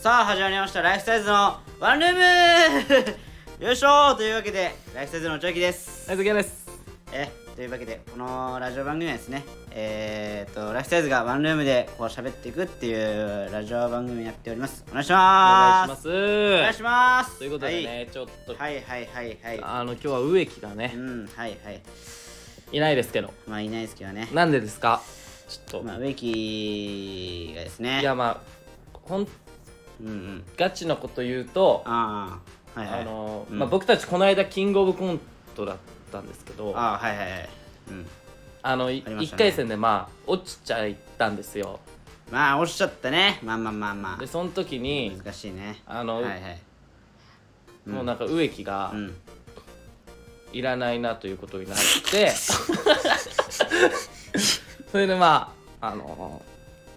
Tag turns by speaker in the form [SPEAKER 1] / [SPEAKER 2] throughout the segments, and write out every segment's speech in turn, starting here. [SPEAKER 1] さあ始まりましたライフサイズのワンルーム よいしょーというわけでライフサイズの長きです
[SPEAKER 2] 大好きです
[SPEAKER 1] えというわけでこのラジオ番組はですねえー、っとライフサイズがワンルームでこう喋っていくっていうラジオ番組になっておりますお願いし
[SPEAKER 2] お願
[SPEAKER 1] ま
[SPEAKER 2] いしますす
[SPEAKER 1] お願いします
[SPEAKER 2] ということでね、ちょっと、
[SPEAKER 1] はい、はいはいはいは
[SPEAKER 2] あの今日は植木が
[SPEAKER 1] い
[SPEAKER 2] ね
[SPEAKER 1] うんはいはい
[SPEAKER 2] いないですけど
[SPEAKER 1] まあいないですけどね
[SPEAKER 2] なんでですかちょっと、
[SPEAKER 1] まあ植木がですね
[SPEAKER 2] いやまあほん
[SPEAKER 1] うんうん
[SPEAKER 2] ガチのこと言うとあ
[SPEAKER 1] ああはいはい
[SPEAKER 2] の、
[SPEAKER 1] うん
[SPEAKER 2] まあ、僕たちこの間キングオブコントだったんですけどあ
[SPEAKER 1] ああはいはいはいうん
[SPEAKER 2] のい
[SPEAKER 1] ありまし
[SPEAKER 2] 一
[SPEAKER 1] たね
[SPEAKER 2] 回戦でまあ落ちちゃったんですよ
[SPEAKER 1] まあ落ちちゃったねまあまあまあま
[SPEAKER 2] でその時
[SPEAKER 1] あ
[SPEAKER 2] に
[SPEAKER 1] 難しいね
[SPEAKER 2] あの、
[SPEAKER 1] はいはいうん
[SPEAKER 2] もうなんか植木が
[SPEAKER 1] うん
[SPEAKER 2] いらないなということになって それでまああの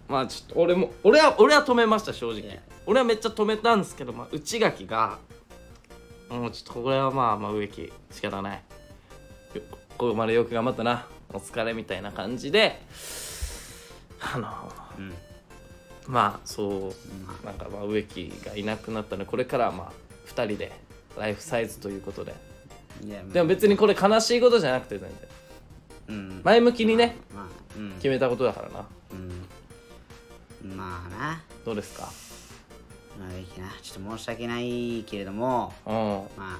[SPEAKER 2] まあちょっと俺も俺は俺は止めました正
[SPEAKER 1] いや
[SPEAKER 2] 直俺はめっちゃ止めたんですけど、まあ、内垣がもうちょっとこれはまあまあ植木仕方ないよここまでよく頑張ったなお疲れみたいな感じであの
[SPEAKER 1] うん
[SPEAKER 2] まあそう
[SPEAKER 1] ま
[SPEAKER 2] なんかまあ植木がいなくなったのでこれからはまあ2人でライフサイズということで
[SPEAKER 1] あいや
[SPEAKER 2] でも別にこれ悲しいことじゃなくて全然
[SPEAKER 1] うん
[SPEAKER 2] 前向きにね
[SPEAKER 1] まあうん
[SPEAKER 2] 決めたことだからな
[SPEAKER 1] うんまあな
[SPEAKER 2] どうですか
[SPEAKER 1] まあいいなちょっと申し訳ないけれども
[SPEAKER 2] うん
[SPEAKER 1] まあ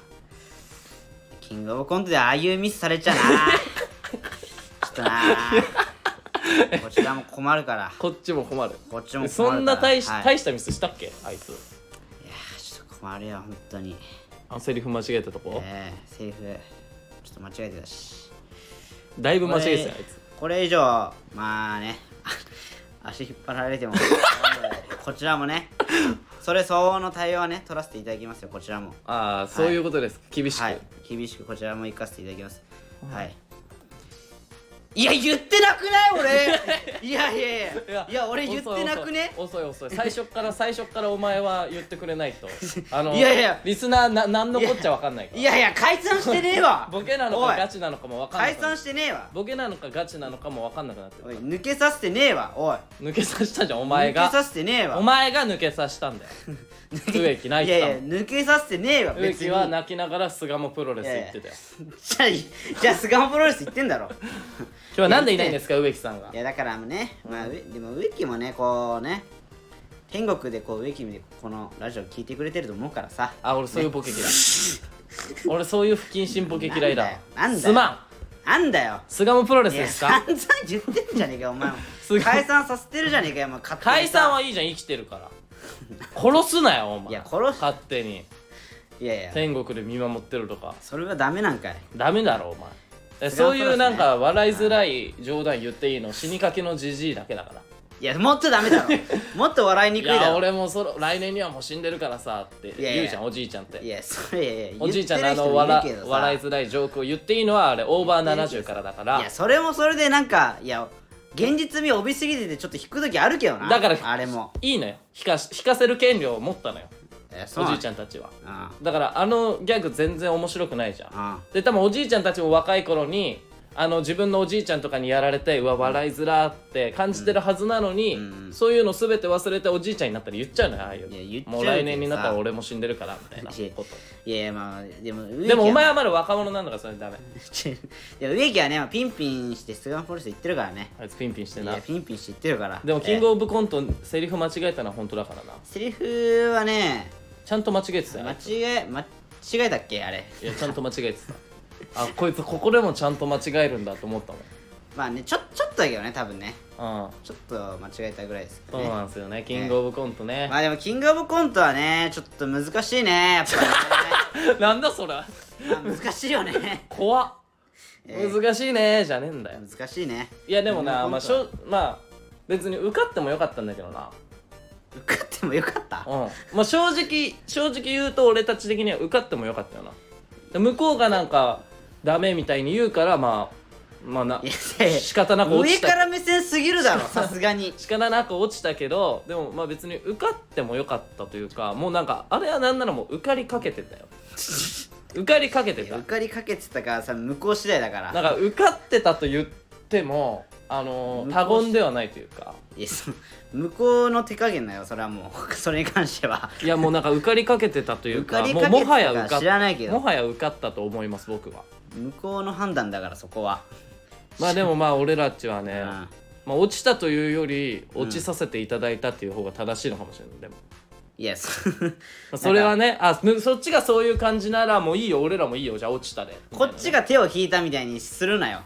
[SPEAKER 1] キングオブコントでああいうミスされ ちゃなちょっとなこちらも困るから
[SPEAKER 2] こっちも困る
[SPEAKER 1] こっちも困るから
[SPEAKER 2] そんな大し,、
[SPEAKER 1] はい
[SPEAKER 2] 大したミスしたっけあいつ
[SPEAKER 1] いやーちょっと困るよ本当に
[SPEAKER 2] あのセリフ間違えたとこ、
[SPEAKER 1] ええセリフちょっと間違えてたし
[SPEAKER 2] だいぶ間違えてたよあいつ
[SPEAKER 1] これ以上まあね 足引っ張られてもこちらもねそれ相応の対応はね取らせていただきますよこちらも
[SPEAKER 2] ああそういうことですか、厳しく、
[SPEAKER 1] はい厳しくこちらも行かせていただきますはいいや言ってなく ない俺いやいやいやいや俺言ってなくね
[SPEAKER 2] 遅い遅い遅い最初から最初からお前は言ってく れないとあの
[SPEAKER 1] いやいや
[SPEAKER 2] リスナーな何のこっちゃわかんないから
[SPEAKER 1] いやいや解散してねえわ
[SPEAKER 2] ボケなの
[SPEAKER 1] お
[SPEAKER 2] か
[SPEAKER 1] い
[SPEAKER 2] ガチなのかもわかんな
[SPEAKER 1] 解
[SPEAKER 2] い
[SPEAKER 1] 散してねえわ
[SPEAKER 2] ボケなのかガチなのかもわかんなくなってる
[SPEAKER 1] おい抜けさせてねえわおい
[SPEAKER 2] 抜けさせたじゃんお前
[SPEAKER 1] 抜けさ
[SPEAKER 2] が
[SPEAKER 1] せてねえわ
[SPEAKER 2] お前が抜けさせたん だよ植木泣い
[SPEAKER 1] や
[SPEAKER 2] て
[SPEAKER 1] い
[SPEAKER 2] た
[SPEAKER 1] や
[SPEAKER 2] もん
[SPEAKER 1] 抜けさせてねえわ
[SPEAKER 2] 植
[SPEAKER 1] 別に
[SPEAKER 2] 木は泣きながら巣鴨プロレス行ってたよ
[SPEAKER 1] じゃあいじゃあスガンプロレス行ってんだろ
[SPEAKER 2] 今日はなんでいないんですか植木さんが
[SPEAKER 1] いやだからねまあうでも植木もねこうね天国でこう植木でこのラジオ聞いてくれてると思うからさ
[SPEAKER 2] あ俺そういうボケ嫌い俺そういう不謹慎ボケ嫌いだ
[SPEAKER 1] なんだよなんだよ
[SPEAKER 2] すまん
[SPEAKER 1] なんだよ
[SPEAKER 2] 巣鴨プロレス
[SPEAKER 1] いや
[SPEAKER 2] です
[SPEAKER 1] 散
[SPEAKER 2] か
[SPEAKER 1] 々言ってんじゃねえかよお前も
[SPEAKER 2] すごい
[SPEAKER 1] 解散させてるじゃねえかよもう勝手にさ
[SPEAKER 2] 解散はいいじゃん生きてるから殺すなよお前
[SPEAKER 1] いや殺す
[SPEAKER 2] 勝手に
[SPEAKER 1] いやいや
[SPEAKER 2] 天国で見守ってるとか
[SPEAKER 1] それはダメなんかい
[SPEAKER 2] ダメだろお前え
[SPEAKER 1] それは
[SPEAKER 2] そうい
[SPEAKER 1] そうで
[SPEAKER 2] う
[SPEAKER 1] すね
[SPEAKER 2] なんか笑いづらい冗談言っていいの死にかけのじじいだけだから
[SPEAKER 1] いやもっとダメ だろもっと笑いに
[SPEAKER 2] い
[SPEAKER 1] くいだ
[SPEAKER 2] や
[SPEAKER 1] ろ
[SPEAKER 2] 俺もそろ来年にはもう死んでるからさって
[SPEAKER 1] いやいや
[SPEAKER 2] 言うじゃんおじいちゃんって
[SPEAKER 1] いやそれいやいや
[SPEAKER 2] おじいちゃんのあの
[SPEAKER 1] 言っ
[SPEAKER 2] 笑
[SPEAKER 1] てる人もいるけどさ
[SPEAKER 2] 笑いづらいジョークを言っていいのはあれオーバー70からだから
[SPEAKER 1] いやそれもそれでなんかいや現実味帯びすぎててちょっと引く時あるけどな
[SPEAKER 2] だから
[SPEAKER 1] あれも
[SPEAKER 2] いいのよ引かし引かせる権利を持ったのよ
[SPEAKER 1] えそ
[SPEAKER 2] お
[SPEAKER 1] うな
[SPEAKER 2] じ
[SPEAKER 1] ん
[SPEAKER 2] いちゃんたちは
[SPEAKER 1] あ
[SPEAKER 2] だからあのギャグ全然面白くないじゃん
[SPEAKER 1] あ
[SPEAKER 2] で多分おじいちゃんたちも若い頃にあの自分のおじいちゃんとかにやられてうわ笑いづらって感じてるはずなのに、
[SPEAKER 1] うん
[SPEAKER 2] そういうの全て忘れておじいちゃんになったら言っちゃうのよああいうの
[SPEAKER 1] いや言っちゃうけどさ
[SPEAKER 2] もう来年になったら俺も死んでるからみたいなこと
[SPEAKER 1] いやいやまあでも
[SPEAKER 2] でもお前
[SPEAKER 1] は
[SPEAKER 2] はまだ若者なんだからそれダメ
[SPEAKER 1] でも植木はね、まあ、ピンピンしてスガンフォルス行ってるからね
[SPEAKER 2] あいつピンピンして
[SPEAKER 1] い
[SPEAKER 2] な
[SPEAKER 1] やピンピンして行ってるから
[SPEAKER 2] でもキング
[SPEAKER 1] え
[SPEAKER 2] オブコントセリフ間違えたのは本当だからな
[SPEAKER 1] セリフはね
[SPEAKER 2] ちゃんと間違えてたよ
[SPEAKER 1] 間
[SPEAKER 2] あい
[SPEAKER 1] 違
[SPEAKER 2] つ
[SPEAKER 1] え間違えたっけあれ
[SPEAKER 2] いやちゃんと間違えてたあこいつここでもちゃんと間違えるんだと思った
[SPEAKER 1] まあねちょちょっとだけどね多分ね
[SPEAKER 2] もんうん
[SPEAKER 1] ちょっと間違えたぐらいですけど
[SPEAKER 2] そう
[SPEAKER 1] ね
[SPEAKER 2] なんですよねキングオブコントね
[SPEAKER 1] まあでもキングオブコントはねちょっと難しいねやっぱ
[SPEAKER 2] なんだそれ
[SPEAKER 1] りね、 まあ、難しいよね
[SPEAKER 2] 怖っ
[SPEAKER 1] え
[SPEAKER 2] 難しいねじゃねえんだよ
[SPEAKER 1] 難しいね
[SPEAKER 2] いやでもな
[SPEAKER 1] キング
[SPEAKER 2] ま
[SPEAKER 1] オ
[SPEAKER 2] あ
[SPEAKER 1] ブ
[SPEAKER 2] し
[SPEAKER 1] コン
[SPEAKER 2] ょまあ別に受かってもよかったんだけどな
[SPEAKER 1] ト受かってもよかった
[SPEAKER 2] うんまあ正直正直言うと俺たち的には受かってもよかったよなで向こうがなんかダメみたいに言うからまあまあない
[SPEAKER 1] や
[SPEAKER 2] 仕方なく落
[SPEAKER 1] 上
[SPEAKER 2] ちた
[SPEAKER 1] から目線すぎるだろさすがに
[SPEAKER 2] 仕方なく落ちたけどでもまあ別に受かってもよかったというかもうなんかあれはなんならもう受かりかけて たよ受かりかけて
[SPEAKER 1] いや
[SPEAKER 2] た
[SPEAKER 1] 受かりかけてたからさ向こう次第だから
[SPEAKER 2] なんか受かってたと言ってもあのー、他言ではないというか
[SPEAKER 1] いやその向こうの手加減だよそれはもう それに関してはい
[SPEAKER 2] やもうなんか受かりかけてたというか
[SPEAKER 1] 受かり
[SPEAKER 2] も
[SPEAKER 1] かけ
[SPEAKER 2] う
[SPEAKER 1] てた
[SPEAKER 2] もはや受かっ
[SPEAKER 1] 知らないけど
[SPEAKER 2] もはや受かったと思います僕は
[SPEAKER 1] 向こうの判断だからそこは、
[SPEAKER 2] まあでもまあ俺らっちはね、
[SPEAKER 1] うん
[SPEAKER 2] まあ、落ちたというより落ちさせていただいたっていう方が正しいのかもしれないでも、ま
[SPEAKER 1] いやそ
[SPEAKER 2] あそれはねあねそっちがそういう感じならもういいよ俺らもいいよじゃあ落ちたで
[SPEAKER 1] こっちが手を引いたみたいにするなよ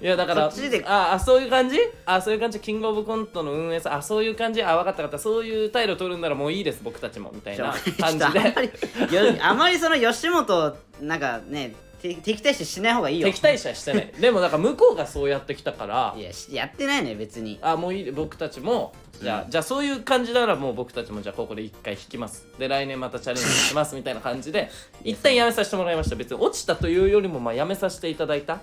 [SPEAKER 2] いやだから
[SPEAKER 1] そっちで
[SPEAKER 2] ああそういう感じあそういう感じキングオブコントの運営さんあそういう感じあ分かった分かったそういう態度取るんならもういいです僕たちもみたい
[SPEAKER 1] ちょ
[SPEAKER 2] な
[SPEAKER 1] ちょ
[SPEAKER 2] 感
[SPEAKER 1] っと
[SPEAKER 2] じ
[SPEAKER 1] あんま
[SPEAKER 2] で
[SPEAKER 1] りよあまりその吉本なんかねて敵対視しない方がいいよ
[SPEAKER 2] 敵対視はしてないでもなんか向こうがそうやってきたから
[SPEAKER 1] いやしやってないね別 に
[SPEAKER 2] あもういい僕たちもじゃあ、
[SPEAKER 1] う
[SPEAKER 2] じゃあそういう感じならもう僕たちもじゃあここで一回引きますで来年またチャレンジしますみたいな感じで一旦やめさせてもらいました別に落ちたというよりもまあやめさせていただいたっ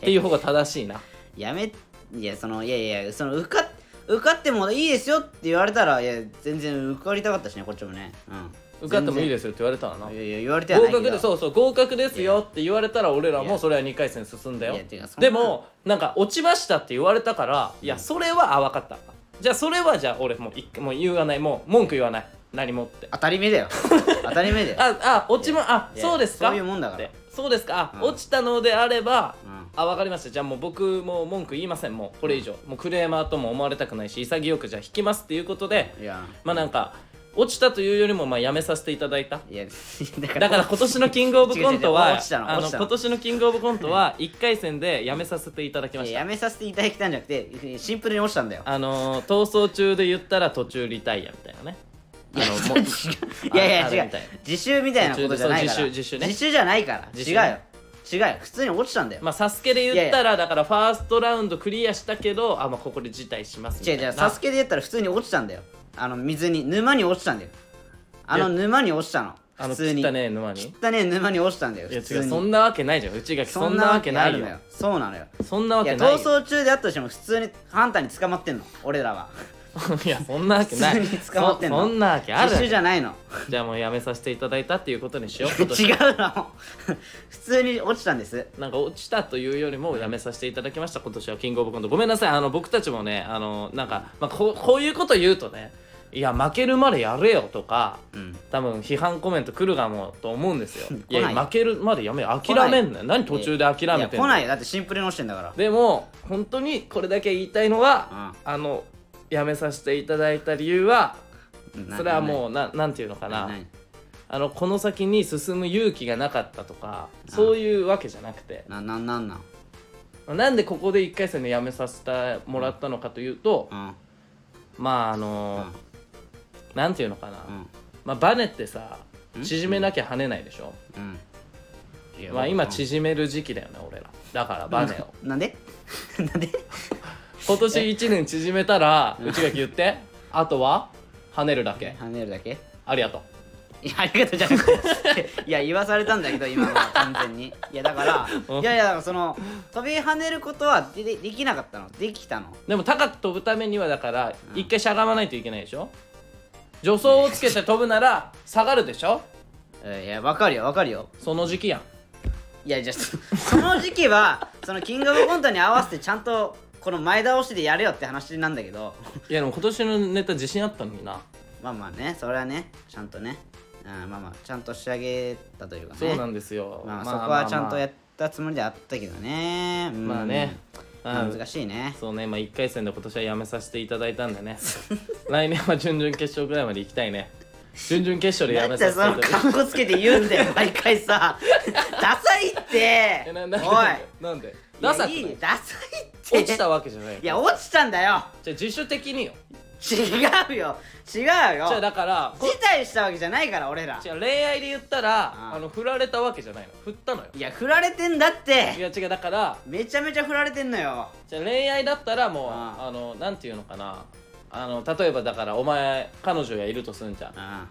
[SPEAKER 2] ていう方が正しいな
[SPEAKER 1] やめいやそのいやいやその受かっ受かってもいいですよって言われたらいや全然受かりたかったしねこっちもね、うん、
[SPEAKER 2] 受かってもいい
[SPEAKER 1] で
[SPEAKER 2] ですよって言われたら
[SPEAKER 1] や
[SPEAKER 2] な
[SPEAKER 1] いや言われてはな
[SPEAKER 2] 合
[SPEAKER 1] いけど
[SPEAKER 2] 格でそうそう合格ですよって言われたら俺ら
[SPEAKER 1] い
[SPEAKER 2] も
[SPEAKER 1] や
[SPEAKER 2] それは2回戦進んだよ
[SPEAKER 1] いやてかそんな
[SPEAKER 2] でもなんか落ちましたって言われたからいやそれはあ分かったじゃあそれはじゃあ俺もう一回もう言わないもう文句言わない何もって
[SPEAKER 1] 当たり目 だよ当たり目だよ、
[SPEAKER 2] ああ落ちまあ
[SPEAKER 1] いや
[SPEAKER 2] そうですか
[SPEAKER 1] そういうもんだから
[SPEAKER 2] ってそうですかあ
[SPEAKER 1] うん
[SPEAKER 2] 落ちたのであれば
[SPEAKER 1] うん、
[SPEAKER 2] あ分かりましたじゃあもう僕もう文句言いませんもうこれ以上もうクレーマーとも思われたくないし潔くじゃあ引きますっていうことで
[SPEAKER 1] いや
[SPEAKER 2] まあなんか落ちたというよりもまあやめさせていただいた
[SPEAKER 1] いやだから
[SPEAKER 2] だから今年のキングオブコント
[SPEAKER 1] 違う違う
[SPEAKER 2] は
[SPEAKER 1] 落ちたの
[SPEAKER 2] あ
[SPEAKER 1] 落
[SPEAKER 2] の
[SPEAKER 1] ちたの
[SPEAKER 2] 今年のキングオブコントは1回戦でやめさせていただきま
[SPEAKER 1] い
[SPEAKER 2] し
[SPEAKER 1] や
[SPEAKER 2] た
[SPEAKER 1] やめさせていただきたんじゃなくてシンプルに落ちたんだよ
[SPEAKER 2] あのー逃走中で言ったら途中リタイアみたいなねあのもう
[SPEAKER 1] いや
[SPEAKER 2] あ
[SPEAKER 1] い
[SPEAKER 2] れ
[SPEAKER 1] や違
[SPEAKER 2] み
[SPEAKER 1] う
[SPEAKER 2] たいな
[SPEAKER 1] 自習みたいなことじゃないから
[SPEAKER 2] そう自習自習ね
[SPEAKER 1] じゃないから
[SPEAKER 2] 自
[SPEAKER 1] 違
[SPEAKER 2] 習
[SPEAKER 1] うよ違うよ普通に落ちたんだよ、
[SPEAKER 2] まあサスケで言ったらだからファーストラウンドクリアしたけどあまあここで辞退しますみた
[SPEAKER 1] 違う
[SPEAKER 2] いな
[SPEAKER 1] 違うサスケで言ったら普通に落ちたんだよあの水に沼に落ちたんだよあの
[SPEAKER 2] い
[SPEAKER 1] 沼に落ちたの
[SPEAKER 2] あの
[SPEAKER 1] 普通
[SPEAKER 2] 切っ
[SPEAKER 1] に
[SPEAKER 2] たね沼にい
[SPEAKER 1] 汚ねえ沼に落ちたんだよ
[SPEAKER 2] や
[SPEAKER 1] 普
[SPEAKER 2] 違
[SPEAKER 1] 通
[SPEAKER 2] う
[SPEAKER 1] に
[SPEAKER 2] そんなわけないじゃん内垣そんなわけな
[SPEAKER 1] あ
[SPEAKER 2] い
[SPEAKER 1] る
[SPEAKER 2] よ
[SPEAKER 1] のよそうなのよ
[SPEAKER 2] そんなわ
[SPEAKER 1] いや
[SPEAKER 2] けな
[SPEAKER 1] 逃
[SPEAKER 2] いよ
[SPEAKER 1] 走中であったとしても普通にハンターに捕まってんの俺らはい
[SPEAKER 2] やそんなわけ ない
[SPEAKER 1] 普通に捕まってんの
[SPEAKER 2] そそんなわけあ
[SPEAKER 1] 自習
[SPEAKER 2] る
[SPEAKER 1] じゃないの
[SPEAKER 2] じゃあもうやめさせていただいたっていうことにしよう今年
[SPEAKER 1] 違うの普通に落ちたんです
[SPEAKER 2] なんか落ちたというよりもやめさせていただきました今年はキングオブコントごめんなさいあの僕たちもねあのなんか、まあ、こうこういうこと言うとねいや負けるまでやれよとか
[SPEAKER 1] うん
[SPEAKER 2] 多分批判コメント来るかもと思うんです よい
[SPEAKER 1] 来な
[SPEAKER 2] や
[SPEAKER 1] い
[SPEAKER 2] 負けるまでやめよ諦めんなよ何途中で諦
[SPEAKER 1] い
[SPEAKER 2] め
[SPEAKER 1] や
[SPEAKER 2] て
[SPEAKER 1] 来
[SPEAKER 2] んの
[SPEAKER 1] ないよだってシンプルに落ちてんだから
[SPEAKER 2] でも本当にこれだけ言いたいのは、あのやめさせていただいた理由はそれはもうななんていうのか
[SPEAKER 1] う
[SPEAKER 2] なあのこの先に進む勇気がなかったとかそういうわけじゃなくて
[SPEAKER 1] なななんなん
[SPEAKER 2] なんでここで1回戦でやめさせてもらったのかというと、
[SPEAKER 1] うん
[SPEAKER 2] まああのなんていうのかな、
[SPEAKER 1] うん
[SPEAKER 2] まあ、バネってさ
[SPEAKER 1] うん
[SPEAKER 2] 縮めなきゃ跳ねないでしょ、
[SPEAKER 1] うんいや
[SPEAKER 2] まあ、今
[SPEAKER 1] うん
[SPEAKER 2] 縮める時期だよね俺らだからバネを
[SPEAKER 1] なんでなんで
[SPEAKER 2] 今年1年縮めたら内垣言ってあとは跳ねるだけ
[SPEAKER 1] 跳ねるだけ
[SPEAKER 2] ありがとう
[SPEAKER 1] いやありがとうじゃなくて いや言わされたんだけど今のは完全にいやだから
[SPEAKER 2] うん
[SPEAKER 1] いやいやその飛び跳ねることはででできなかったのできたの
[SPEAKER 2] でも高く飛ぶためにはだから一回しゃがまないといけないでしょ助走をつけて飛ぶなら下がるでしょ
[SPEAKER 1] えーいやわかるよわかるよ
[SPEAKER 2] その時期やん
[SPEAKER 1] いやじゃあ そその時期はそのキングオブコントに合わせてちゃんとこの前倒しでやれよって話なんだけど
[SPEAKER 2] いやでも今年のネタ自信あったのにな
[SPEAKER 1] まあまあねそれはねちゃんとね、うん、まあまあちゃんと仕上げたというかね
[SPEAKER 2] そうなんですよ、
[SPEAKER 1] まあ、そこはちゃんとやったつもりではあったけどねうん
[SPEAKER 2] まあね、
[SPEAKER 1] まあ
[SPEAKER 2] うん
[SPEAKER 1] 難しいね
[SPEAKER 2] そうね、まあ、1回戦で今年はやめさせていただいたんでね 来年は準々決勝ぐらいまで行きたいね準々決勝でや
[SPEAKER 1] だ
[SPEAKER 2] め
[SPEAKER 1] って
[SPEAKER 2] さ
[SPEAKER 1] そ
[SPEAKER 2] せてい
[SPEAKER 1] の
[SPEAKER 2] ただいた
[SPEAKER 1] 格好つけて言うんだよ毎回 さダサいって
[SPEAKER 2] え
[SPEAKER 1] お
[SPEAKER 2] ないなんでなんでダサくない
[SPEAKER 1] やいいダサいって
[SPEAKER 2] 落ちたわけじゃな
[SPEAKER 1] い
[SPEAKER 2] い
[SPEAKER 1] や落ちたんだよ
[SPEAKER 2] じゃあ自主的によ
[SPEAKER 1] 違うよ違う
[SPEAKER 2] じゃあ
[SPEAKER 1] よ
[SPEAKER 2] だからこ
[SPEAKER 1] 辞退したわけじゃないから俺ら
[SPEAKER 2] じゃあ恋愛で言ったら
[SPEAKER 1] あ
[SPEAKER 2] あの振られたわけじゃないの振ったのよ
[SPEAKER 1] いや振られてんだっ
[SPEAKER 2] い
[SPEAKER 1] て
[SPEAKER 2] や違うだから
[SPEAKER 1] めちゃめちゃ振られてんのよ
[SPEAKER 2] じゃあ恋愛だったらもう
[SPEAKER 1] あ
[SPEAKER 2] あのなんていうのかなあの例えばだからお前彼女がいるとすんじゃん
[SPEAKER 1] あ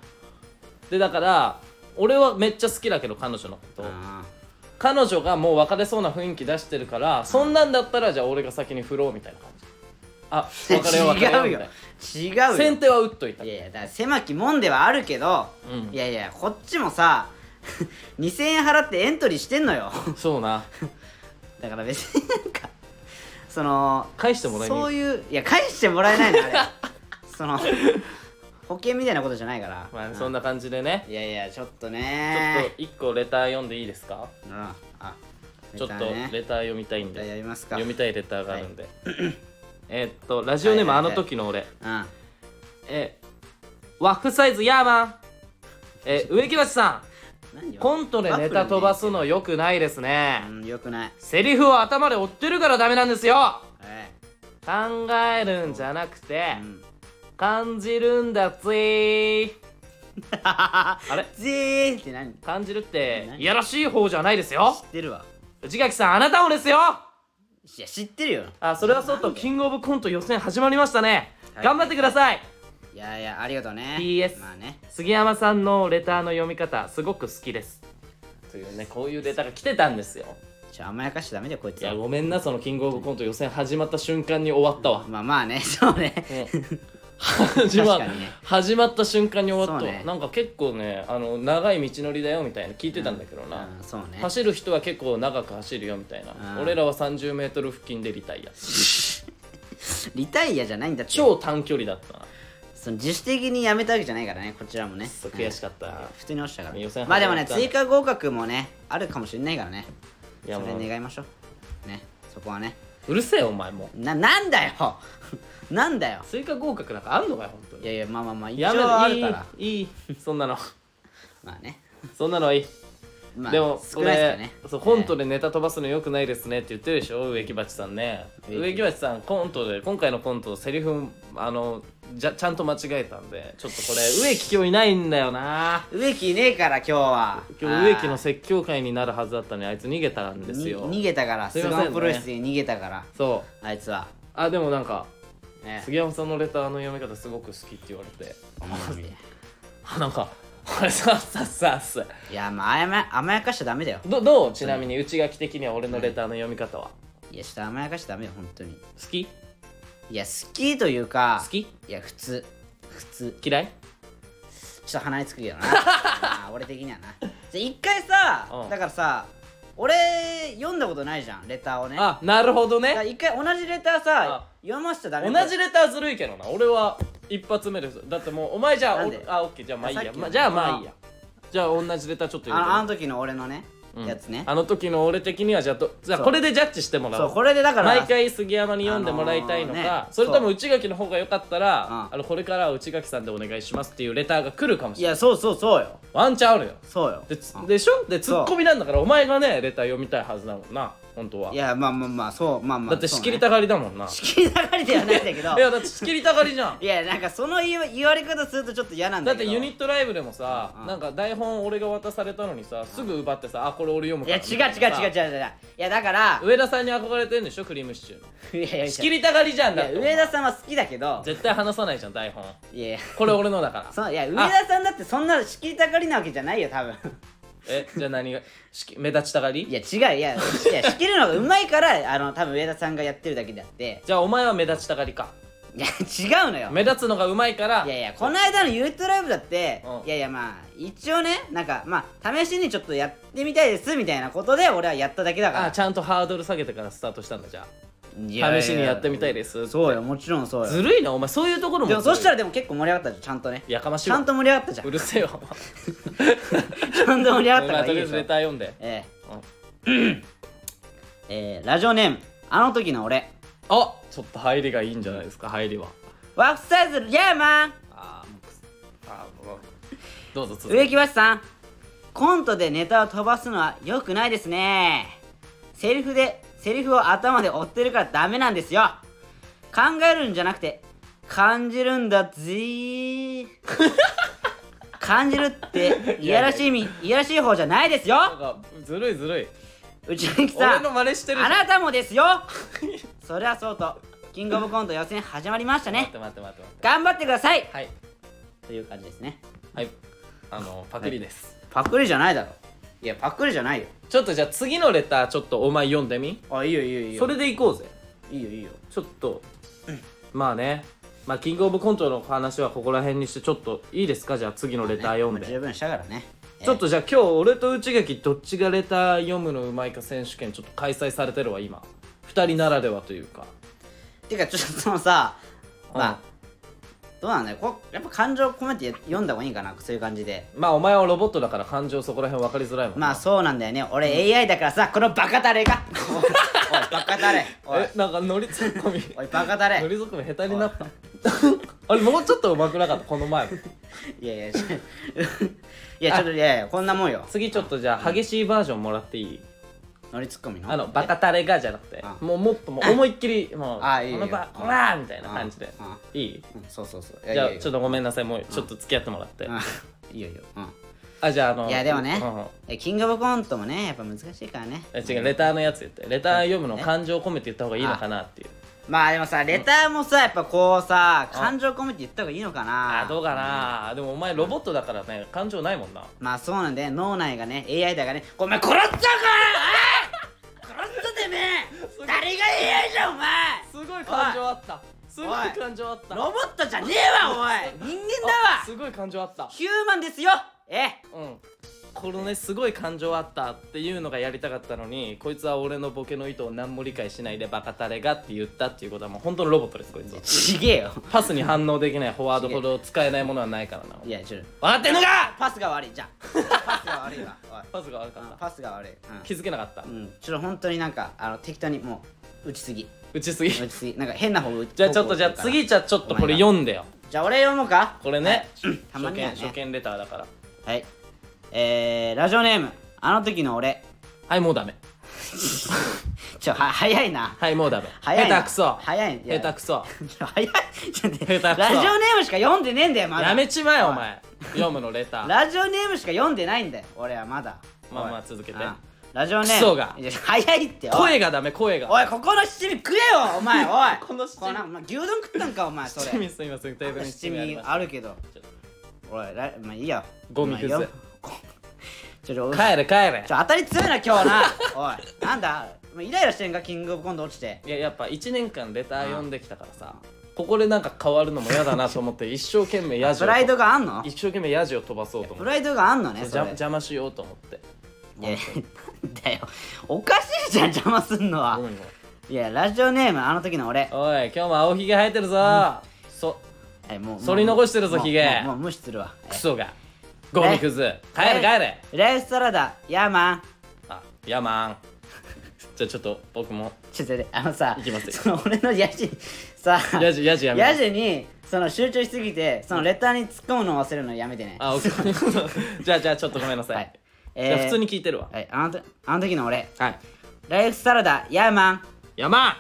[SPEAKER 2] でだから俺はめっちゃ好きだけど彼女のこと
[SPEAKER 1] あ
[SPEAKER 2] 彼女がもう別れそうな雰囲気出してるからそんなんだったらじゃあ俺が先に振ろうみたいな感じあ別れよう別れよ う
[SPEAKER 1] 違う
[SPEAKER 2] み
[SPEAKER 1] よ
[SPEAKER 2] たいな
[SPEAKER 1] 違うよ
[SPEAKER 2] 先手は打っといた
[SPEAKER 1] いやいやだから狭き門ではあるけど、
[SPEAKER 2] うん
[SPEAKER 1] いやいやこっちもさ 2000円払ってエントリーしてんのよ
[SPEAKER 2] そうな
[SPEAKER 1] だから別になんかその
[SPEAKER 2] 返してもらいに
[SPEAKER 1] そういういや返してもらえないのあれその保険みたいなことじゃないから、
[SPEAKER 2] まあ
[SPEAKER 1] うん
[SPEAKER 2] そんな感じでね
[SPEAKER 1] いやいやちょっと
[SPEAKER 2] ちょっ
[SPEAKER 1] ね
[SPEAKER 2] と一個レター読んでいいですか
[SPEAKER 1] うんあ
[SPEAKER 2] ちょっと
[SPEAKER 1] ネタね
[SPEAKER 2] レター読みたいん
[SPEAKER 1] じゃあや
[SPEAKER 2] で
[SPEAKER 1] りますか
[SPEAKER 2] 読みたいレターがあるんでえーっとラジオネーム
[SPEAKER 1] はい
[SPEAKER 2] あ
[SPEAKER 1] はいは
[SPEAKER 2] の
[SPEAKER 1] い
[SPEAKER 2] 時の俺
[SPEAKER 1] うん
[SPEAKER 2] えーワッフサイズヤーマンえー植木鉢さ
[SPEAKER 1] 何
[SPEAKER 2] ん
[SPEAKER 1] よ
[SPEAKER 2] コントでネタ飛ばすのよくないですね
[SPEAKER 1] うんよくない
[SPEAKER 2] セリフを頭で追ってるからダメなんですよ
[SPEAKER 1] え
[SPEAKER 2] 考えるんじゃなくて
[SPEAKER 1] えうん
[SPEAKER 2] 感じるんだつい
[SPEAKER 1] あ
[SPEAKER 2] れ
[SPEAKER 1] ぜーって何知
[SPEAKER 2] 感じるって
[SPEAKER 1] 何
[SPEAKER 2] いやらしい方じゃないですよ
[SPEAKER 1] ってるわ
[SPEAKER 2] 内垣さんあなたもですよ
[SPEAKER 1] いや知ってるよ
[SPEAKER 2] あそれはそう
[SPEAKER 1] な
[SPEAKER 2] と
[SPEAKER 1] んで
[SPEAKER 2] キングオブコント予選始まりましたね、
[SPEAKER 1] はい
[SPEAKER 2] 頑張ってください
[SPEAKER 1] いやいやありがとうね
[SPEAKER 2] PS
[SPEAKER 1] まあね
[SPEAKER 2] 杉山さんのレターの読み方すごく好きですというねこういうレターが来てたんですよ
[SPEAKER 1] ちょ甘やかしちゃダメだよこいつ
[SPEAKER 2] いやごめんなそのキングオブコント予選始まった瞬間に終わったわ、
[SPEAKER 1] まあまあねそうね
[SPEAKER 2] うん始 ま
[SPEAKER 1] 確かにね
[SPEAKER 2] 始まった瞬間に終わったわ、
[SPEAKER 1] そうね
[SPEAKER 2] なんか結構ねあの長い道のりだよみたいな聞いてたんだけどな、
[SPEAKER 1] うんそうね
[SPEAKER 2] 走る人は結構長く走るよみたい
[SPEAKER 1] うん
[SPEAKER 2] な俺らは 30m 付近でリタイア
[SPEAKER 1] リタイアじゃないんだって
[SPEAKER 2] 超短距離だったな
[SPEAKER 1] その自主的にやめたわけじゃないからねこちらもね
[SPEAKER 2] そう悔しかったな
[SPEAKER 1] 普通に落ちたから
[SPEAKER 2] 予選
[SPEAKER 1] まあでもね
[SPEAKER 2] 敗れたんだ
[SPEAKER 1] 追加合格もねあるかもしれないからね
[SPEAKER 2] い
[SPEAKER 1] そ
[SPEAKER 2] や
[SPEAKER 1] れ
[SPEAKER 2] もう
[SPEAKER 1] 願いましょうねそこはね
[SPEAKER 2] うるせえよお前もう
[SPEAKER 1] ななんだよ なんだよ
[SPEAKER 2] 追加合格なんかあんのかよ本当
[SPEAKER 1] い
[SPEAKER 2] に
[SPEAKER 1] やいやまあまあまあ一応
[SPEAKER 2] やめ
[SPEAKER 1] はあ
[SPEAKER 2] ろい
[SPEAKER 1] る
[SPEAKER 2] い
[SPEAKER 1] から
[SPEAKER 2] いいそんなの
[SPEAKER 1] まあね
[SPEAKER 2] そんなのいい、
[SPEAKER 1] まあ
[SPEAKER 2] でも
[SPEAKER 1] 少
[SPEAKER 2] 俺
[SPEAKER 1] ないですよね
[SPEAKER 2] そうコントでネタ飛ばすのよくないですねって言ってるでしょ植木鉢さんね植
[SPEAKER 1] 植木
[SPEAKER 2] 木鉢さんコントで今回のコントセリフあのじゃちゃんと間違えたんでちょっとこ れ植木今日いないんだよな
[SPEAKER 1] 植木いねえから今日は
[SPEAKER 2] 今日植木の説教会になるはずだったのにあいつ逃げたんですよ
[SPEAKER 1] に逃げたから
[SPEAKER 2] すい
[SPEAKER 1] 菅
[SPEAKER 2] ませんね
[SPEAKER 1] 野プロレスに逃げたから
[SPEAKER 2] そう
[SPEAKER 1] あいつは
[SPEAKER 2] あでもなんか
[SPEAKER 1] ね
[SPEAKER 2] 杉山さんのレターの読み方すごく好きって言わ れて
[SPEAKER 1] おもろい
[SPEAKER 2] あなんか あれささささ
[SPEAKER 1] いやまあ甘や甘やかしちゃダメだよ
[SPEAKER 2] どどうちなみに内垣的には俺のレターの読み方はい
[SPEAKER 1] やちょっと甘やかしちゃダメよ本当に
[SPEAKER 2] 好き
[SPEAKER 1] いや好きというか
[SPEAKER 2] 好き
[SPEAKER 1] いや普通普通
[SPEAKER 2] 嫌い
[SPEAKER 1] ちょっと鼻につくけど なまあ俺的にはなじゃ一回さ、
[SPEAKER 2] うん
[SPEAKER 1] だからさ俺読んだことないじゃんレターをねだか
[SPEAKER 2] あなるほど
[SPEAKER 1] ら
[SPEAKER 2] ね
[SPEAKER 1] 一回同じレターさ読ませちゃダ
[SPEAKER 2] 同
[SPEAKER 1] メ
[SPEAKER 2] じレターずるいけどな俺は一発目ですだってもうお前じゃあ
[SPEAKER 1] なん
[SPEAKER 2] お
[SPEAKER 1] で
[SPEAKER 2] あオッケーじゃあまあいい
[SPEAKER 1] さ
[SPEAKER 2] や
[SPEAKER 1] っきの
[SPEAKER 2] まあじゃあまあいいやじゃあ同じレターちょっと言
[SPEAKER 1] あのあ
[SPEAKER 2] う
[SPEAKER 1] の時の俺のね、
[SPEAKER 2] うん
[SPEAKER 1] やつね
[SPEAKER 2] あの時の俺的にはじゃあとじゃあ
[SPEAKER 1] そう
[SPEAKER 2] これでジャッジしてもら
[SPEAKER 1] そ
[SPEAKER 2] お
[SPEAKER 1] う
[SPEAKER 2] う
[SPEAKER 1] これでだから
[SPEAKER 2] 毎回杉山に読んでもらいたいのか、
[SPEAKER 1] あのーね
[SPEAKER 2] それとも内垣の方が良かったら、
[SPEAKER 1] うん
[SPEAKER 2] あのこれからは内垣さんでお願いしますっていうレターが来るかもし
[SPEAKER 1] い
[SPEAKER 2] れない
[SPEAKER 1] やそうそうそうよ
[SPEAKER 2] ワンチャンあるよ
[SPEAKER 1] そうよ
[SPEAKER 2] でつ
[SPEAKER 1] うん
[SPEAKER 2] でしょでツ
[SPEAKER 1] そう
[SPEAKER 2] ッコミなんだからお前がねレター読みたいはずだもんな本当はい
[SPEAKER 1] やまあまあまあそうまあまあ
[SPEAKER 2] だって
[SPEAKER 1] そうね
[SPEAKER 2] 仕切りたがりだも んな、
[SPEAKER 1] 仕切りたがりではないんだけど
[SPEAKER 2] いやだって仕切りたがりじゃん
[SPEAKER 1] いやなんかその言わ言われ方するとちょっと嫌なん
[SPEAKER 2] だ
[SPEAKER 1] だ
[SPEAKER 2] っ
[SPEAKER 1] け
[SPEAKER 2] て
[SPEAKER 1] ど
[SPEAKER 2] ユニットライブでもさ、
[SPEAKER 1] うん
[SPEAKER 2] なんか台本俺が渡されたのにさすぐ奪ってさあこれ俺読む
[SPEAKER 1] い
[SPEAKER 2] か
[SPEAKER 1] や
[SPEAKER 2] ら
[SPEAKER 1] 違う違う違う
[SPEAKER 2] う
[SPEAKER 1] 違う違ういやだから
[SPEAKER 2] 上田さんに憧れてんでしょクリームシチューの
[SPEAKER 1] いやいや
[SPEAKER 2] 仕切りたがりじゃん
[SPEAKER 1] い
[SPEAKER 2] だっ
[SPEAKER 1] や
[SPEAKER 2] て
[SPEAKER 1] 上田さんは好きだけど
[SPEAKER 2] 絶対話さないじゃん台本
[SPEAKER 1] いやいや
[SPEAKER 2] これ俺のだから
[SPEAKER 1] そいや上田さんだってそんな仕切りたがりなわけじゃないよ多分
[SPEAKER 2] えじゃあ何がしき目立ちたがり
[SPEAKER 1] いや違ういやいや仕切るのがうまいから あの多分上田さんがやってるだけであって
[SPEAKER 2] じゃあお前は目立ちたがりか
[SPEAKER 1] いや違うのよ
[SPEAKER 2] 目立つのがうまいから
[SPEAKER 1] いやいやこの間のユニットライブだって、
[SPEAKER 2] うん
[SPEAKER 1] いやいやまあ一応ねなんかまあ試しにちょっとやってみたいですみたいなことで俺はやっただけだ
[SPEAKER 2] あ
[SPEAKER 1] か
[SPEAKER 2] ちゃんとハードル下げてからスタートしたんだじゃ
[SPEAKER 1] らいやいや
[SPEAKER 2] あ試しにやってみたいです
[SPEAKER 1] そうよもちろんそう
[SPEAKER 2] ず
[SPEAKER 1] よ
[SPEAKER 2] るいなお前そういうところも
[SPEAKER 1] でもそしたら
[SPEAKER 2] ら
[SPEAKER 1] でも結構盛り上がったじゃんちゃんとね
[SPEAKER 2] やかましい
[SPEAKER 1] ちゃん
[SPEAKER 2] わ
[SPEAKER 1] と盛り上がったじゃん
[SPEAKER 2] うるせえよ
[SPEAKER 1] ちゃんと盛り上がったか
[SPEAKER 2] まあ
[SPEAKER 1] ら
[SPEAKER 2] と
[SPEAKER 1] いい
[SPEAKER 2] りあ
[SPEAKER 1] で
[SPEAKER 2] えず
[SPEAKER 1] しょ
[SPEAKER 2] レター読んで
[SPEAKER 1] え
[SPEAKER 2] うん
[SPEAKER 1] ええーラジオネームあの時の俺
[SPEAKER 2] あちょっと入りがいいんじゃないですか入りは
[SPEAKER 1] ワーフサイズヤーマン
[SPEAKER 2] あーもうくすあーもうどうぞ続け
[SPEAKER 1] 植木橋さんコントでネタを飛ばすのは良くないですねセリフでセリフを頭で追ってるからダメなんですよ考えるんじゃなくて感じるんだぜ ー感じるっていやらしい意味いやらしい方じゃないです
[SPEAKER 2] なん
[SPEAKER 1] よ
[SPEAKER 2] かずるいずるい
[SPEAKER 1] 内垣さ
[SPEAKER 2] 俺
[SPEAKER 1] ん
[SPEAKER 2] の真似してるじゃ
[SPEAKER 1] あ
[SPEAKER 2] ん
[SPEAKER 1] なたもですよそれはそうとキングオブコント予選始まりました
[SPEAKER 2] 待っ
[SPEAKER 1] ね
[SPEAKER 2] て待って待って待って
[SPEAKER 1] 頑張ってください
[SPEAKER 2] はい
[SPEAKER 1] という感じですね
[SPEAKER 2] はいあのパクリです
[SPEAKER 1] パクリじゃないだろいやパクリじゃないよ
[SPEAKER 2] ちょっとじゃあ次のレターちょっとお前読んでみ
[SPEAKER 1] あいいよいいよいいよ
[SPEAKER 2] それでいこうぜ
[SPEAKER 1] いいよいいよ
[SPEAKER 2] ちょっと、まあね、まあ、キングオブコントの話はここら辺にしてちょっといいですかじゃあ次のレター読ん
[SPEAKER 1] まあ
[SPEAKER 2] で、
[SPEAKER 1] 十分したからね
[SPEAKER 2] ちょっとじゃあ今日俺と内垣どっちがレター読むのうまいか選手権ちょっと開催されてるわ今2 2人ならではというか
[SPEAKER 1] てかちょっとそのさま
[SPEAKER 2] あ
[SPEAKER 1] あどうなんだよこやっぱ感情込めて読んだ方がいいかなそういう感じで
[SPEAKER 2] まあお前はロボットだから感情そこら辺分かりづらいもんな
[SPEAKER 1] まあそうなんだよね俺 AI だからさこのバカタレが おいおいバカタレおい
[SPEAKER 2] えなんかノリツッコミ
[SPEAKER 1] おいバカタレ
[SPEAKER 2] ノリツッコミ下手になった あれもうちょっと上手くなかったこの前も
[SPEAKER 1] いやいやちょいやちょっといやいやこんなもんよ
[SPEAKER 2] 次ちょっとじゃあ激しいバージョンもらっていい
[SPEAKER 1] 乗りツッコミの
[SPEAKER 2] あのバカタレがじゃなくて
[SPEAKER 1] あ
[SPEAKER 2] もうもっともう思いっきりもう
[SPEAKER 1] あいいよ
[SPEAKER 2] この
[SPEAKER 1] あ
[SPEAKER 2] バこらーみたいな感じで
[SPEAKER 1] あ
[SPEAKER 2] いい
[SPEAKER 1] うんそうそうそう
[SPEAKER 2] じゃあちょっ
[SPEAKER 1] と
[SPEAKER 2] とごめんなさいもうちょっと付き合ってもらって
[SPEAKER 1] いいよいいようん
[SPEAKER 2] あじゃああの
[SPEAKER 1] いやでもね
[SPEAKER 2] うんうん
[SPEAKER 1] えキングオブコントもねやっぱ難しいからね
[SPEAKER 2] え違うレターのやつ言ってレター読むの感情込めて言った方がいいのかなっていう
[SPEAKER 1] まあでもさレターもさやっぱこうさ感情込めて言った方がいいのかな
[SPEAKER 2] あどうかなでもお前ロボットだからね感情ないもんな
[SPEAKER 1] まあそうなんで脳内がね AI だがねお前殺ったかあー殺ったてめえ誰が AI じゃんお前
[SPEAKER 2] すごい
[SPEAKER 1] 感
[SPEAKER 2] 感
[SPEAKER 1] 情
[SPEAKER 2] 情あったす
[SPEAKER 1] ご
[SPEAKER 2] ご
[SPEAKER 1] い
[SPEAKER 2] い感情あった
[SPEAKER 1] ロボットじゃねえわおい人間だわ
[SPEAKER 2] すごい感情あった
[SPEAKER 1] ヒューマンですよえ
[SPEAKER 2] うんこのねすごい感情あったっていうのがやりたかったのにこいつは俺のボケの意図を何も理解しないでバカタレがって言ったっていうことはもう本当のロボットですこいつは
[SPEAKER 1] ちげえよ
[SPEAKER 2] パスに反応できないフォワードほど使えないものはないからない
[SPEAKER 1] やちょっと
[SPEAKER 2] 分かってんのか
[SPEAKER 1] パスが悪いじゃんパスが悪いわおい
[SPEAKER 2] パスが悪か
[SPEAKER 1] うん
[SPEAKER 2] った
[SPEAKER 1] パスが悪い、
[SPEAKER 2] 気づけなかった
[SPEAKER 1] うんうん、ちょっと本当になんかあの適当にもう打ちすぎ
[SPEAKER 2] 打ちすぎ
[SPEAKER 1] 打ちすぎなんか変な方打
[SPEAKER 2] じゃあちょっとじゃあ
[SPEAKER 1] 方向打る
[SPEAKER 2] 次じゃあちょっとこれ読んでよ
[SPEAKER 1] からじゃあ俺読もうか
[SPEAKER 2] これね、
[SPEAKER 1] たまにはね
[SPEAKER 2] 初見初見レターだから
[SPEAKER 1] はいえー、ラジオネームあの時の俺
[SPEAKER 2] はいもうダメ
[SPEAKER 1] ちょは早いな
[SPEAKER 2] はいもうダメ
[SPEAKER 1] 早いな
[SPEAKER 2] 下手くそ
[SPEAKER 1] 早いいや
[SPEAKER 2] 下手くそ
[SPEAKER 1] ちょ早いちょっとね
[SPEAKER 2] 下手く
[SPEAKER 1] ラ
[SPEAKER 2] そ
[SPEAKER 1] ジオネームしか読んでねえんだよまだ
[SPEAKER 2] やめちまえよお前読むのレター
[SPEAKER 1] ラジオネームしか読んでないんだよ俺はまだ
[SPEAKER 2] まあま
[SPEAKER 1] おい
[SPEAKER 2] あ続けて
[SPEAKER 1] うんラジオネーム
[SPEAKER 2] クソが
[SPEAKER 1] いや早いっておい
[SPEAKER 2] 声がダメ声が
[SPEAKER 1] おいここの七味食えよお前おい
[SPEAKER 2] この七味
[SPEAKER 1] こなお前牛丼食ったんかお前そ
[SPEAKER 2] 七
[SPEAKER 1] れ
[SPEAKER 2] 味すいませんテーブルに
[SPEAKER 1] 七
[SPEAKER 2] 七味あり
[SPEAKER 1] 味
[SPEAKER 2] まし
[SPEAKER 1] あるけど
[SPEAKER 2] ちょっ
[SPEAKER 1] おいらまあいいや
[SPEAKER 2] ゴミくず
[SPEAKER 1] まあいいよちょちょ
[SPEAKER 2] た帰れ帰れ
[SPEAKER 1] ちょ当たり強いな今日なおいなんだお前イライラしてんかキングオブコント落ちて
[SPEAKER 2] いややっぱ1年間レター読んできたからさここでなんか変わるのも嫌だなと思 って一生懸命ヤジ
[SPEAKER 1] プ
[SPEAKER 2] を
[SPEAKER 1] ライドがあんの
[SPEAKER 2] 一生懸命ヤジを飛ばそうと
[SPEAKER 1] プ
[SPEAKER 2] 思って
[SPEAKER 1] ライドがあんのねそ
[SPEAKER 2] 邪
[SPEAKER 1] れ
[SPEAKER 2] 邪魔しようと思って
[SPEAKER 1] いやなんだよおかしいじゃん邪魔すんのは
[SPEAKER 2] ごめんごめん
[SPEAKER 1] いやラジオネームあの時の俺
[SPEAKER 2] おい今日も青ひげ生えてるぞそ
[SPEAKER 1] はいもうもう
[SPEAKER 2] 剃り残してるぞ
[SPEAKER 1] もう
[SPEAKER 2] ヒ
[SPEAKER 1] も
[SPEAKER 2] ゲ
[SPEAKER 1] うもう無視するわ
[SPEAKER 2] クソがゴミクズ帰れ帰れ
[SPEAKER 1] ライスサラダヤーマン
[SPEAKER 2] あヤーマ ンじゃあちょっと僕も
[SPEAKER 1] ちょっとねあのさ
[SPEAKER 2] いきますよ
[SPEAKER 1] その俺のヤジさ
[SPEAKER 2] ヤジヤジやめ
[SPEAKER 1] ヤ
[SPEAKER 2] ます
[SPEAKER 1] ジにその集中しすぎてそのレターに突っ込むのを忘れるのやめてね
[SPEAKER 2] あ、オッケ ー。じゃあ、じゃあ、ちょっとごめんなさい。
[SPEAKER 1] はい
[SPEAKER 2] じ
[SPEAKER 1] え
[SPEAKER 2] ゃあ
[SPEAKER 1] ー
[SPEAKER 2] 普通に聞いてるわ。
[SPEAKER 1] はいあのとあの時の俺
[SPEAKER 2] はい。
[SPEAKER 1] ライフサラダヤーマン
[SPEAKER 2] 山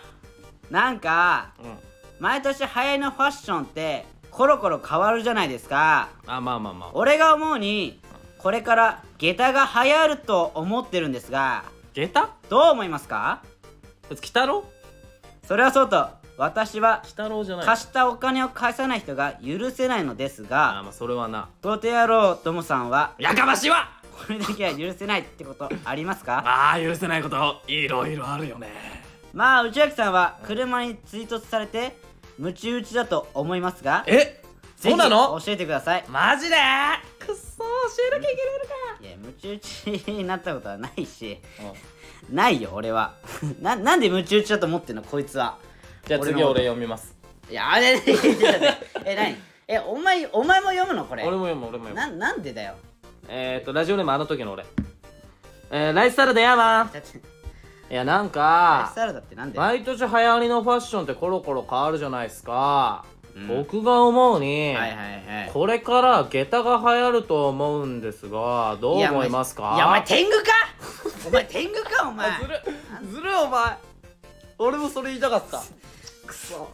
[SPEAKER 1] なんか
[SPEAKER 2] うん。
[SPEAKER 1] 毎年流行りのファッションってコロコロ変わるじゃないですか
[SPEAKER 2] あ、まあまあまあ。
[SPEAKER 1] 俺が思うにこれから下駄が流行ると思ってるんですが
[SPEAKER 2] 下駄
[SPEAKER 1] どう思いますか
[SPEAKER 2] こいつ、鬼太郎
[SPEAKER 1] それはそうと私は
[SPEAKER 2] 鬼太郎じゃない。
[SPEAKER 1] 貸したお金を返さない人が許せないのです
[SPEAKER 2] あ、
[SPEAKER 1] が
[SPEAKER 2] まあ、それはな。
[SPEAKER 1] 土手野郎どもさんは
[SPEAKER 2] やかましいわ
[SPEAKER 1] これだけは許せないってことありますか
[SPEAKER 2] ああ、許せないこと、いろいろあるよね。
[SPEAKER 1] まあ内垣さんは車に追突されてムチ打ちだと思いますが
[SPEAKER 2] え
[SPEAKER 1] ぜひ
[SPEAKER 2] そうなの
[SPEAKER 1] 教えてください
[SPEAKER 2] マジでくっそー、教えなきゃいけ
[SPEAKER 1] いやムチ打ちになったことはないし
[SPEAKER 2] ないのか。
[SPEAKER 1] ないよ俺は ななんでムチ打ちだと思ってんのこいつは
[SPEAKER 2] じゃあ
[SPEAKER 1] 俺の
[SPEAKER 2] 次俺読みます。
[SPEAKER 1] いやあれ ちょっと待ってえ何えお前お前も読むのこれ
[SPEAKER 2] 俺も読む、俺も読む。
[SPEAKER 1] ななんでだよ
[SPEAKER 2] えーっと、ラジオネームあの時の俺。えー、ライスサラダやま
[SPEAKER 1] だって
[SPEAKER 2] いや、な
[SPEAKER 1] ライ
[SPEAKER 2] んか
[SPEAKER 1] ス、サラダってなんだよ
[SPEAKER 2] 毎年流行りのファッションってコロコロ変わるじゃないですか、
[SPEAKER 1] うん
[SPEAKER 2] 僕が思うに、
[SPEAKER 1] はいはいは
[SPEAKER 2] これから下駄が流行ると思うんですがど
[SPEAKER 1] いうや
[SPEAKER 2] 思いますか
[SPEAKER 1] いやお前天狗か お前天狗かお前
[SPEAKER 2] ずるずるお前俺もそれ言いたかった
[SPEAKER 1] クソ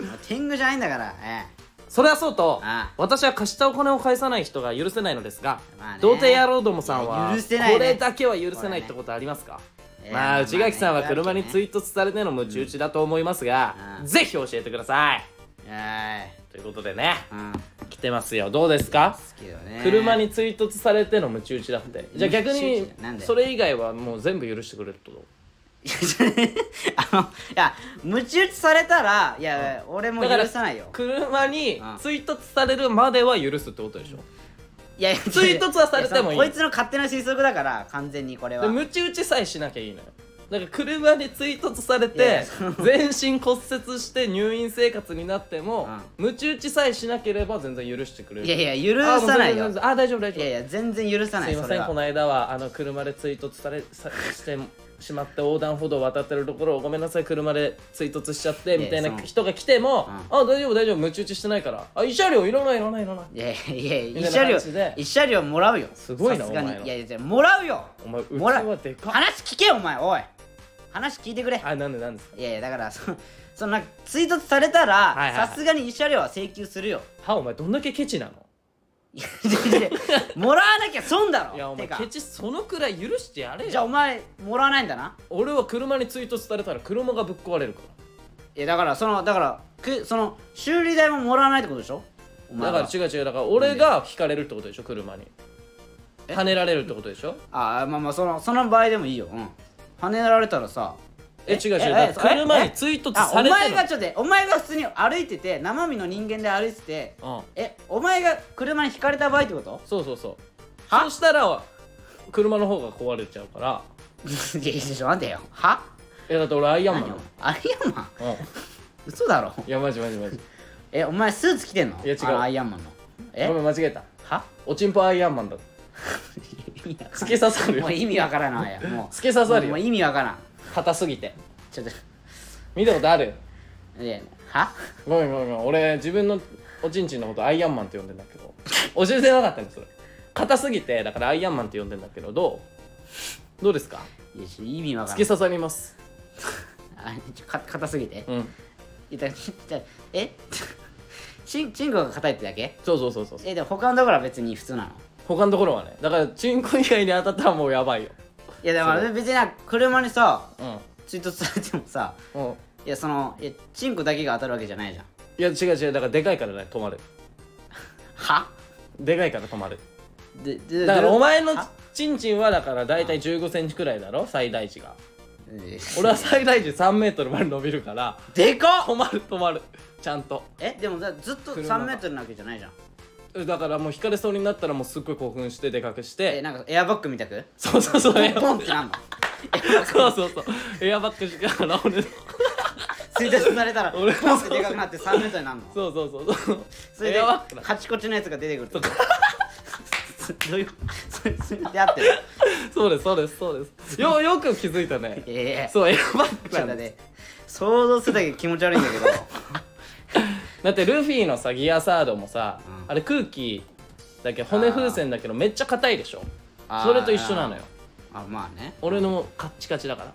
[SPEAKER 1] お前天狗じゃないんだからえ
[SPEAKER 2] それはそうと
[SPEAKER 1] ああ
[SPEAKER 2] 私は貸したお金を返さない人が許せないのですが、
[SPEAKER 1] まあね
[SPEAKER 2] 童貞野郎どもさ
[SPEAKER 1] い
[SPEAKER 2] ん
[SPEAKER 1] や
[SPEAKER 2] は
[SPEAKER 1] 許せないね
[SPEAKER 2] これだけは許せないってことありますか、
[SPEAKER 1] え
[SPEAKER 2] まあ
[SPEAKER 1] え
[SPEAKER 2] 内垣さんは車に
[SPEAKER 1] い
[SPEAKER 2] 追突されてのムチ打ちだと思いますが、
[SPEAKER 1] うん
[SPEAKER 2] ぜひ教えてください
[SPEAKER 1] えー
[SPEAKER 2] ということでね
[SPEAKER 1] うん
[SPEAKER 2] 来てますよどうですか
[SPEAKER 1] 好きよね
[SPEAKER 2] 車に追突されてのムチ打ちだってじゃあ逆
[SPEAKER 1] ムチ打
[SPEAKER 2] に
[SPEAKER 1] ちなんで
[SPEAKER 2] それ以外はもう全部許してくれるってこと
[SPEAKER 1] いやそれあのいやむち打ちされたらいや、俺も
[SPEAKER 2] だから
[SPEAKER 1] 許さないよ
[SPEAKER 2] 車に
[SPEAKER 1] うん
[SPEAKER 2] 追突されるまでは許すってことでしょ
[SPEAKER 1] いやいや
[SPEAKER 2] 追突はされてもい
[SPEAKER 1] やその
[SPEAKER 2] い
[SPEAKER 1] こいつの勝手な推測だから完全にこれは
[SPEAKER 2] でムチ打ちさえしなきゃいいのよなんか車に追突され
[SPEAKER 1] いやい
[SPEAKER 2] て
[SPEAKER 1] やその
[SPEAKER 2] 全身骨折して入院生活になってもムチ打ちさえしなければ全然許してくれる
[SPEAKER 1] いやいや許さない
[SPEAKER 2] あも
[SPEAKER 1] よ
[SPEAKER 2] う全然全然あ大丈夫大
[SPEAKER 1] い
[SPEAKER 2] 丈夫
[SPEAKER 1] やいや全然許さない
[SPEAKER 2] すいま
[SPEAKER 1] そ
[SPEAKER 2] せ
[SPEAKER 1] れ
[SPEAKER 2] ん
[SPEAKER 1] は
[SPEAKER 2] この間はあの車で追突されさしてしまって横断歩道を渡ってるところをごめんなさい車で追突しちゃってみたい
[SPEAKER 1] いや
[SPEAKER 2] ない
[SPEAKER 1] やその
[SPEAKER 2] 人が来ても、あ大丈夫大丈夫ムチ打ちしてないからあ慰謝料いらないいらないいらない
[SPEAKER 1] いやいやいや
[SPEAKER 2] み
[SPEAKER 1] 一
[SPEAKER 2] たいな
[SPEAKER 1] 車両
[SPEAKER 2] 感じで
[SPEAKER 1] 一車両もらうよ
[SPEAKER 2] すごいな
[SPEAKER 1] さすがに
[SPEAKER 2] お前の
[SPEAKER 1] いやいやもらうよ
[SPEAKER 2] お前うち
[SPEAKER 1] もら
[SPEAKER 2] はでかっ
[SPEAKER 1] 話聞けお前おい話聞いてくれ
[SPEAKER 2] あなんでなんですか
[SPEAKER 1] いやいやだからそのそのなんか追突されたら
[SPEAKER 2] はいはいはい
[SPEAKER 1] さすがに一車両は請求するよ
[SPEAKER 2] はお前どんだけケチなの
[SPEAKER 1] いやいやいやもらわなきゃ損だろ
[SPEAKER 2] いやお前
[SPEAKER 1] てか
[SPEAKER 2] ケチそのくらい許してやれよ
[SPEAKER 1] じゃあお前もらわないんだな
[SPEAKER 2] 俺は車に追突されたら車がぶっ壊れるか
[SPEAKER 1] いやだからそのだからくその修理代ももらわないってことでしょお
[SPEAKER 2] ら
[SPEAKER 1] 前
[SPEAKER 2] だ
[SPEAKER 1] は
[SPEAKER 2] から違う違うだから俺がひかれるってことでしょ車に
[SPEAKER 1] え
[SPEAKER 2] 跳ねられるってことでしょ
[SPEAKER 1] ああまあまあそのその場合でもいいようん跳ねられたらさ
[SPEAKER 2] え違う違う
[SPEAKER 1] え
[SPEAKER 2] だから
[SPEAKER 1] え
[SPEAKER 2] 車
[SPEAKER 1] え
[SPEAKER 2] に追突
[SPEAKER 1] あ
[SPEAKER 2] さ
[SPEAKER 1] お
[SPEAKER 2] れ
[SPEAKER 1] 前
[SPEAKER 2] て
[SPEAKER 1] がちょっと待ってお前が普通に歩いてて生身の人間で歩いてて
[SPEAKER 2] もうん
[SPEAKER 1] えお前が車にひかれた場合ってこと
[SPEAKER 2] そうそうそう
[SPEAKER 1] は
[SPEAKER 2] そうしたら車の方が壊れちゃうから
[SPEAKER 1] いやいやちょっと待てよはい
[SPEAKER 2] やだって俺アイアンマ
[SPEAKER 1] 何
[SPEAKER 2] ンだ
[SPEAKER 1] よアイアンマン
[SPEAKER 2] もん、うん、
[SPEAKER 1] 嘘だろ
[SPEAKER 2] いやマジマジマジ
[SPEAKER 1] えお前スーツ着てんの
[SPEAKER 2] いや違う
[SPEAKER 1] あのアイアンマンの え
[SPEAKER 2] ごめん間違えた
[SPEAKER 1] は
[SPEAKER 2] おちんぽアイアンマンだ
[SPEAKER 1] 意味わか
[SPEAKER 2] 突き刺
[SPEAKER 1] ら
[SPEAKER 2] さる
[SPEAKER 1] ん
[SPEAKER 2] よ
[SPEAKER 1] もう意味わからんないやもう
[SPEAKER 2] 突き刺さる
[SPEAKER 1] も
[SPEAKER 2] よ
[SPEAKER 1] う意味わからん
[SPEAKER 2] 硬すぎて
[SPEAKER 1] ちょっ
[SPEAKER 2] 見たことある
[SPEAKER 1] といやは
[SPEAKER 2] ごめんごめんごめん俺自分のおちんちんのことアイアンマンって呼んでんだけど教えてなかったんですそれ硬すぎてだからアイアンマンって呼んでんだけどどうどうですか
[SPEAKER 1] いやちょっと意味わから
[SPEAKER 2] 突
[SPEAKER 1] ん
[SPEAKER 2] き刺さります
[SPEAKER 1] あちょか硬すぎて
[SPEAKER 2] うん
[SPEAKER 1] いやだだえチンチンコが硬いってだけ
[SPEAKER 2] そうそうそうそうそう
[SPEAKER 1] えでも他のところは別に普通なの
[SPEAKER 2] 他のところはねだからチンコ以外に当たったらもうやばいよ
[SPEAKER 1] いやだから別になんか車にさ
[SPEAKER 2] う
[SPEAKER 1] 追突されてもさ
[SPEAKER 2] んうん
[SPEAKER 1] いやそのいやチンコだけが当たるわけじゃないじゃん
[SPEAKER 2] いや違う違うだからでかいからね止まる
[SPEAKER 1] は
[SPEAKER 2] でかいから止まる
[SPEAKER 1] でで
[SPEAKER 2] だからお前の
[SPEAKER 1] は
[SPEAKER 2] ちんちんはだから大体1 5ンチくらいだろ最大値が
[SPEAKER 1] え
[SPEAKER 2] 俺は最大値3メートルまで伸びるから
[SPEAKER 1] でかっ
[SPEAKER 2] 止まる止まるちゃんと
[SPEAKER 1] えでもだずっと
[SPEAKER 2] 車が
[SPEAKER 1] 3メートルなわけじゃないじゃん
[SPEAKER 2] だからもう引かれそうになったらもうすっごい興奮してでかくし
[SPEAKER 1] え
[SPEAKER 2] て
[SPEAKER 1] なんかエアバッグみた く
[SPEAKER 2] そうそうそうエア
[SPEAKER 1] ポンってなんの
[SPEAKER 2] そうそうそうエアバッグしかな俺の
[SPEAKER 1] 追突されたらポン
[SPEAKER 2] 俺も
[SPEAKER 1] ってでかくなって3メートルになるの
[SPEAKER 2] そうそうそう
[SPEAKER 1] そ
[SPEAKER 2] そう
[SPEAKER 1] れ
[SPEAKER 2] エ
[SPEAKER 1] で
[SPEAKER 2] アバッグだ
[SPEAKER 1] カチコチのやつが出てくる
[SPEAKER 2] と
[SPEAKER 1] と
[SPEAKER 2] か
[SPEAKER 1] どういうそれそれで合ってる
[SPEAKER 2] そうですそうですそうですよよく気づいたね
[SPEAKER 1] ええ
[SPEAKER 2] そうエアバッグ
[SPEAKER 1] ちょ
[SPEAKER 2] な
[SPEAKER 1] っと
[SPEAKER 2] んです
[SPEAKER 1] ね想像するだけで気持ち悪いんだけど
[SPEAKER 2] だってルフィのさギアサードもさ、あれ空気だけど骨風船だけどめっちゃ硬いでしょ
[SPEAKER 1] あー
[SPEAKER 2] それと一緒なのよ
[SPEAKER 1] あまあね
[SPEAKER 2] 俺のもカッチカチだから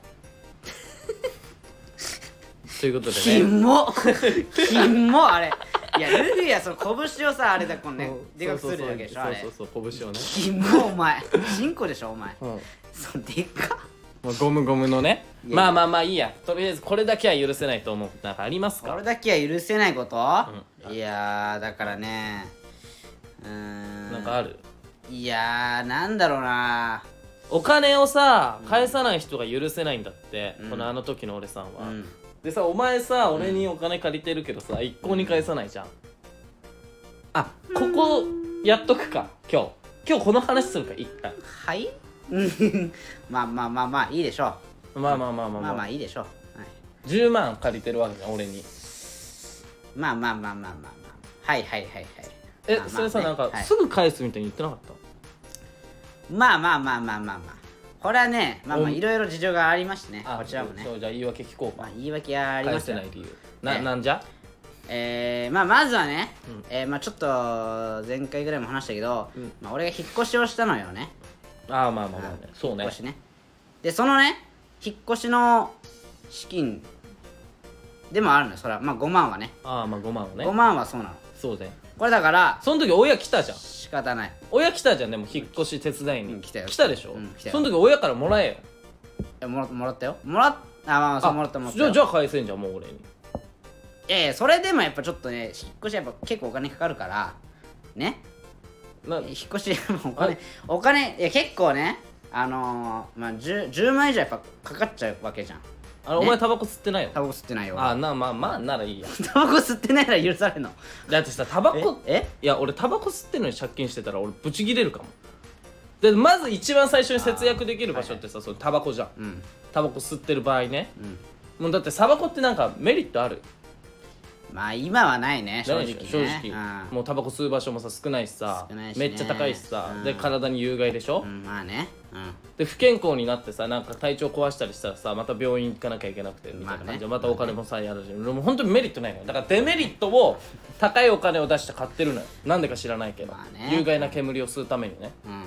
[SPEAKER 2] ということ
[SPEAKER 1] キ
[SPEAKER 2] でね
[SPEAKER 1] モキモあれいやルフィはその拳をさあれだこんねでかくするだけでしょあれ
[SPEAKER 2] そうそうそう拳をね、
[SPEAKER 1] キモお前チンコでしょお前
[SPEAKER 2] うん
[SPEAKER 1] そのでかっ
[SPEAKER 2] まあ、ゴムゴムのね
[SPEAKER 1] いや
[SPEAKER 2] まあまあまあいいやとりあえずこれだけは許せないと思うなんかあります
[SPEAKER 1] こ
[SPEAKER 2] か
[SPEAKER 1] れだけは許せないこと、いやーだからねうーん
[SPEAKER 2] なんかある
[SPEAKER 1] いやーなんだろうな
[SPEAKER 2] お金をさ返さない人が許せないんだって、
[SPEAKER 1] うん
[SPEAKER 2] このあの時の俺さんは、
[SPEAKER 1] うん
[SPEAKER 2] でさお前さ俺にお金借りてるけどさ一向に返さないじゃんあここやっとくか今日今日この話するか一回
[SPEAKER 1] はいうんまあまあまあまあいいでしょ
[SPEAKER 2] まあまあまあま
[SPEAKER 1] う
[SPEAKER 2] あ
[SPEAKER 1] まあ
[SPEAKER 2] まあ、
[SPEAKER 1] まあいいでしょう、はい
[SPEAKER 2] 10万借りてるわけじゃん俺に
[SPEAKER 1] まあまあまあまあまあまあはいはいはいはい
[SPEAKER 2] え、
[SPEAKER 1] まあまあね
[SPEAKER 2] それさなんか、
[SPEAKER 1] はい
[SPEAKER 2] すぐ返すみたいに言ってなかった
[SPEAKER 1] まあまあまあまあまあまあこれはねまあまあ
[SPEAKER 2] うん
[SPEAKER 1] いろいろ事情がありましてねこちらもね
[SPEAKER 2] そうじゃあ言い訳聞こう
[SPEAKER 1] ま
[SPEAKER 2] か
[SPEAKER 1] あ言い訳はありま
[SPEAKER 2] 返
[SPEAKER 1] す
[SPEAKER 2] せ
[SPEAKER 1] よ
[SPEAKER 2] ない理由な
[SPEAKER 1] え
[SPEAKER 2] なんじゃ
[SPEAKER 1] えー、まあまずはね、
[SPEAKER 2] うん
[SPEAKER 1] えーまあちょっと前回ぐらいも話したけど、
[SPEAKER 2] うん
[SPEAKER 1] まあ俺が引っ越しをしたのよね
[SPEAKER 2] ああまあまあまあねそう
[SPEAKER 1] 引っ
[SPEAKER 2] ね
[SPEAKER 1] 越しねでそのね引っ越しの資金でもあるのよそれはまあ5万はね
[SPEAKER 2] ああまあ5万をね
[SPEAKER 1] 5万はそうなの
[SPEAKER 2] そうね
[SPEAKER 1] これだから
[SPEAKER 2] その時親来たじゃん
[SPEAKER 1] 仕方ない
[SPEAKER 2] 親来たじゃんでも引っ越し手伝いに、
[SPEAKER 1] うん来たよ
[SPEAKER 2] 来たでしょ、
[SPEAKER 1] うん来たよ
[SPEAKER 2] その時親からもらえよ
[SPEAKER 1] えもらもらったよもらっあまあまあそうもらったもらった
[SPEAKER 2] じゃあ
[SPEAKER 1] よ
[SPEAKER 2] じゃあ返せんじゃんもう俺に
[SPEAKER 1] いやいやそれでもやっぱちょっとね引っ越しはやっぱ結構お金かかるからね
[SPEAKER 2] な
[SPEAKER 1] 引っ越しでもお
[SPEAKER 2] あ
[SPEAKER 1] 金
[SPEAKER 2] れ
[SPEAKER 1] お金いや結構ねあのー、まあ 10, 10万以上やっぱかかっちゃうわけじゃん
[SPEAKER 2] あのお前タバコ吸ってないよ
[SPEAKER 1] タバコ吸ってないよ
[SPEAKER 2] ああなまあまあならいいや
[SPEAKER 1] タバコ吸ってないなら許されんの
[SPEAKER 2] だってさタバコ
[SPEAKER 1] え
[SPEAKER 2] いや俺タバコ吸ってるのに借金してたら俺ブチギレるかもでまず一番最初に節約できる場所ってさそのタバコじゃん
[SPEAKER 1] うん
[SPEAKER 2] タバコ吸ってる場合ね
[SPEAKER 1] うん
[SPEAKER 2] もうだってタバコってなんかメリットある
[SPEAKER 1] まあ今はないね正
[SPEAKER 2] ない
[SPEAKER 1] 直
[SPEAKER 2] で
[SPEAKER 1] ね
[SPEAKER 2] しょ正直
[SPEAKER 1] うん
[SPEAKER 2] もうタバコ吸う場所もさ少ないしさ
[SPEAKER 1] 少ないしね
[SPEAKER 2] めっちゃ高いしさ、
[SPEAKER 1] うん
[SPEAKER 2] で体に有害でしょ、
[SPEAKER 1] うんまあねうん
[SPEAKER 2] で不健康になってさなんか体調壊したりしたらさまた病院行かなきゃいけなくてみたいな感じで
[SPEAKER 1] まあね
[SPEAKER 2] またお金もさやるしでも本当にメリットないのよだからデメリットを高いお金を出して買ってるのよなんでか知らないけど、
[SPEAKER 1] まあね
[SPEAKER 2] 有害な煙を吸うためにね,、
[SPEAKER 1] うん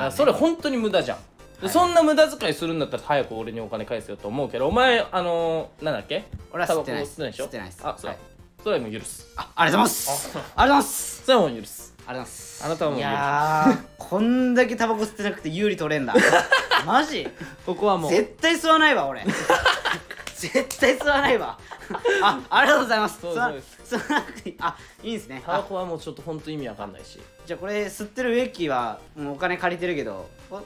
[SPEAKER 2] あそれ本当に無駄じゃん、でそんな無駄遣いするんだったら早く俺にお金返せよと思うけどお前あのー、なんだっけ
[SPEAKER 1] 俺は吸ってない
[SPEAKER 2] タバコ吸ってないでしょ
[SPEAKER 1] 吸ってないです
[SPEAKER 2] あそう、
[SPEAKER 1] はい
[SPEAKER 2] それはもう許す
[SPEAKER 1] あありがとうございますありがとうございます
[SPEAKER 2] それはもう許す
[SPEAKER 1] ありがとうございます
[SPEAKER 2] あなたはもう
[SPEAKER 1] い
[SPEAKER 2] 有利
[SPEAKER 1] やーこんだけタバコ吸ってなくて有利取 れんだマジ
[SPEAKER 2] ここはもう
[SPEAKER 1] 絶対吸わないわ 俺絶対吸わないわあありがとうございます
[SPEAKER 2] そう
[SPEAKER 1] 吸わ
[SPEAKER 2] そうで
[SPEAKER 1] 吸わなくていいあいいんですね
[SPEAKER 2] タバ
[SPEAKER 1] あ
[SPEAKER 2] コはもうちょっと本当意味わかんないし
[SPEAKER 1] じゃあこれ吸ってる植木はもうお金借りてるけどこ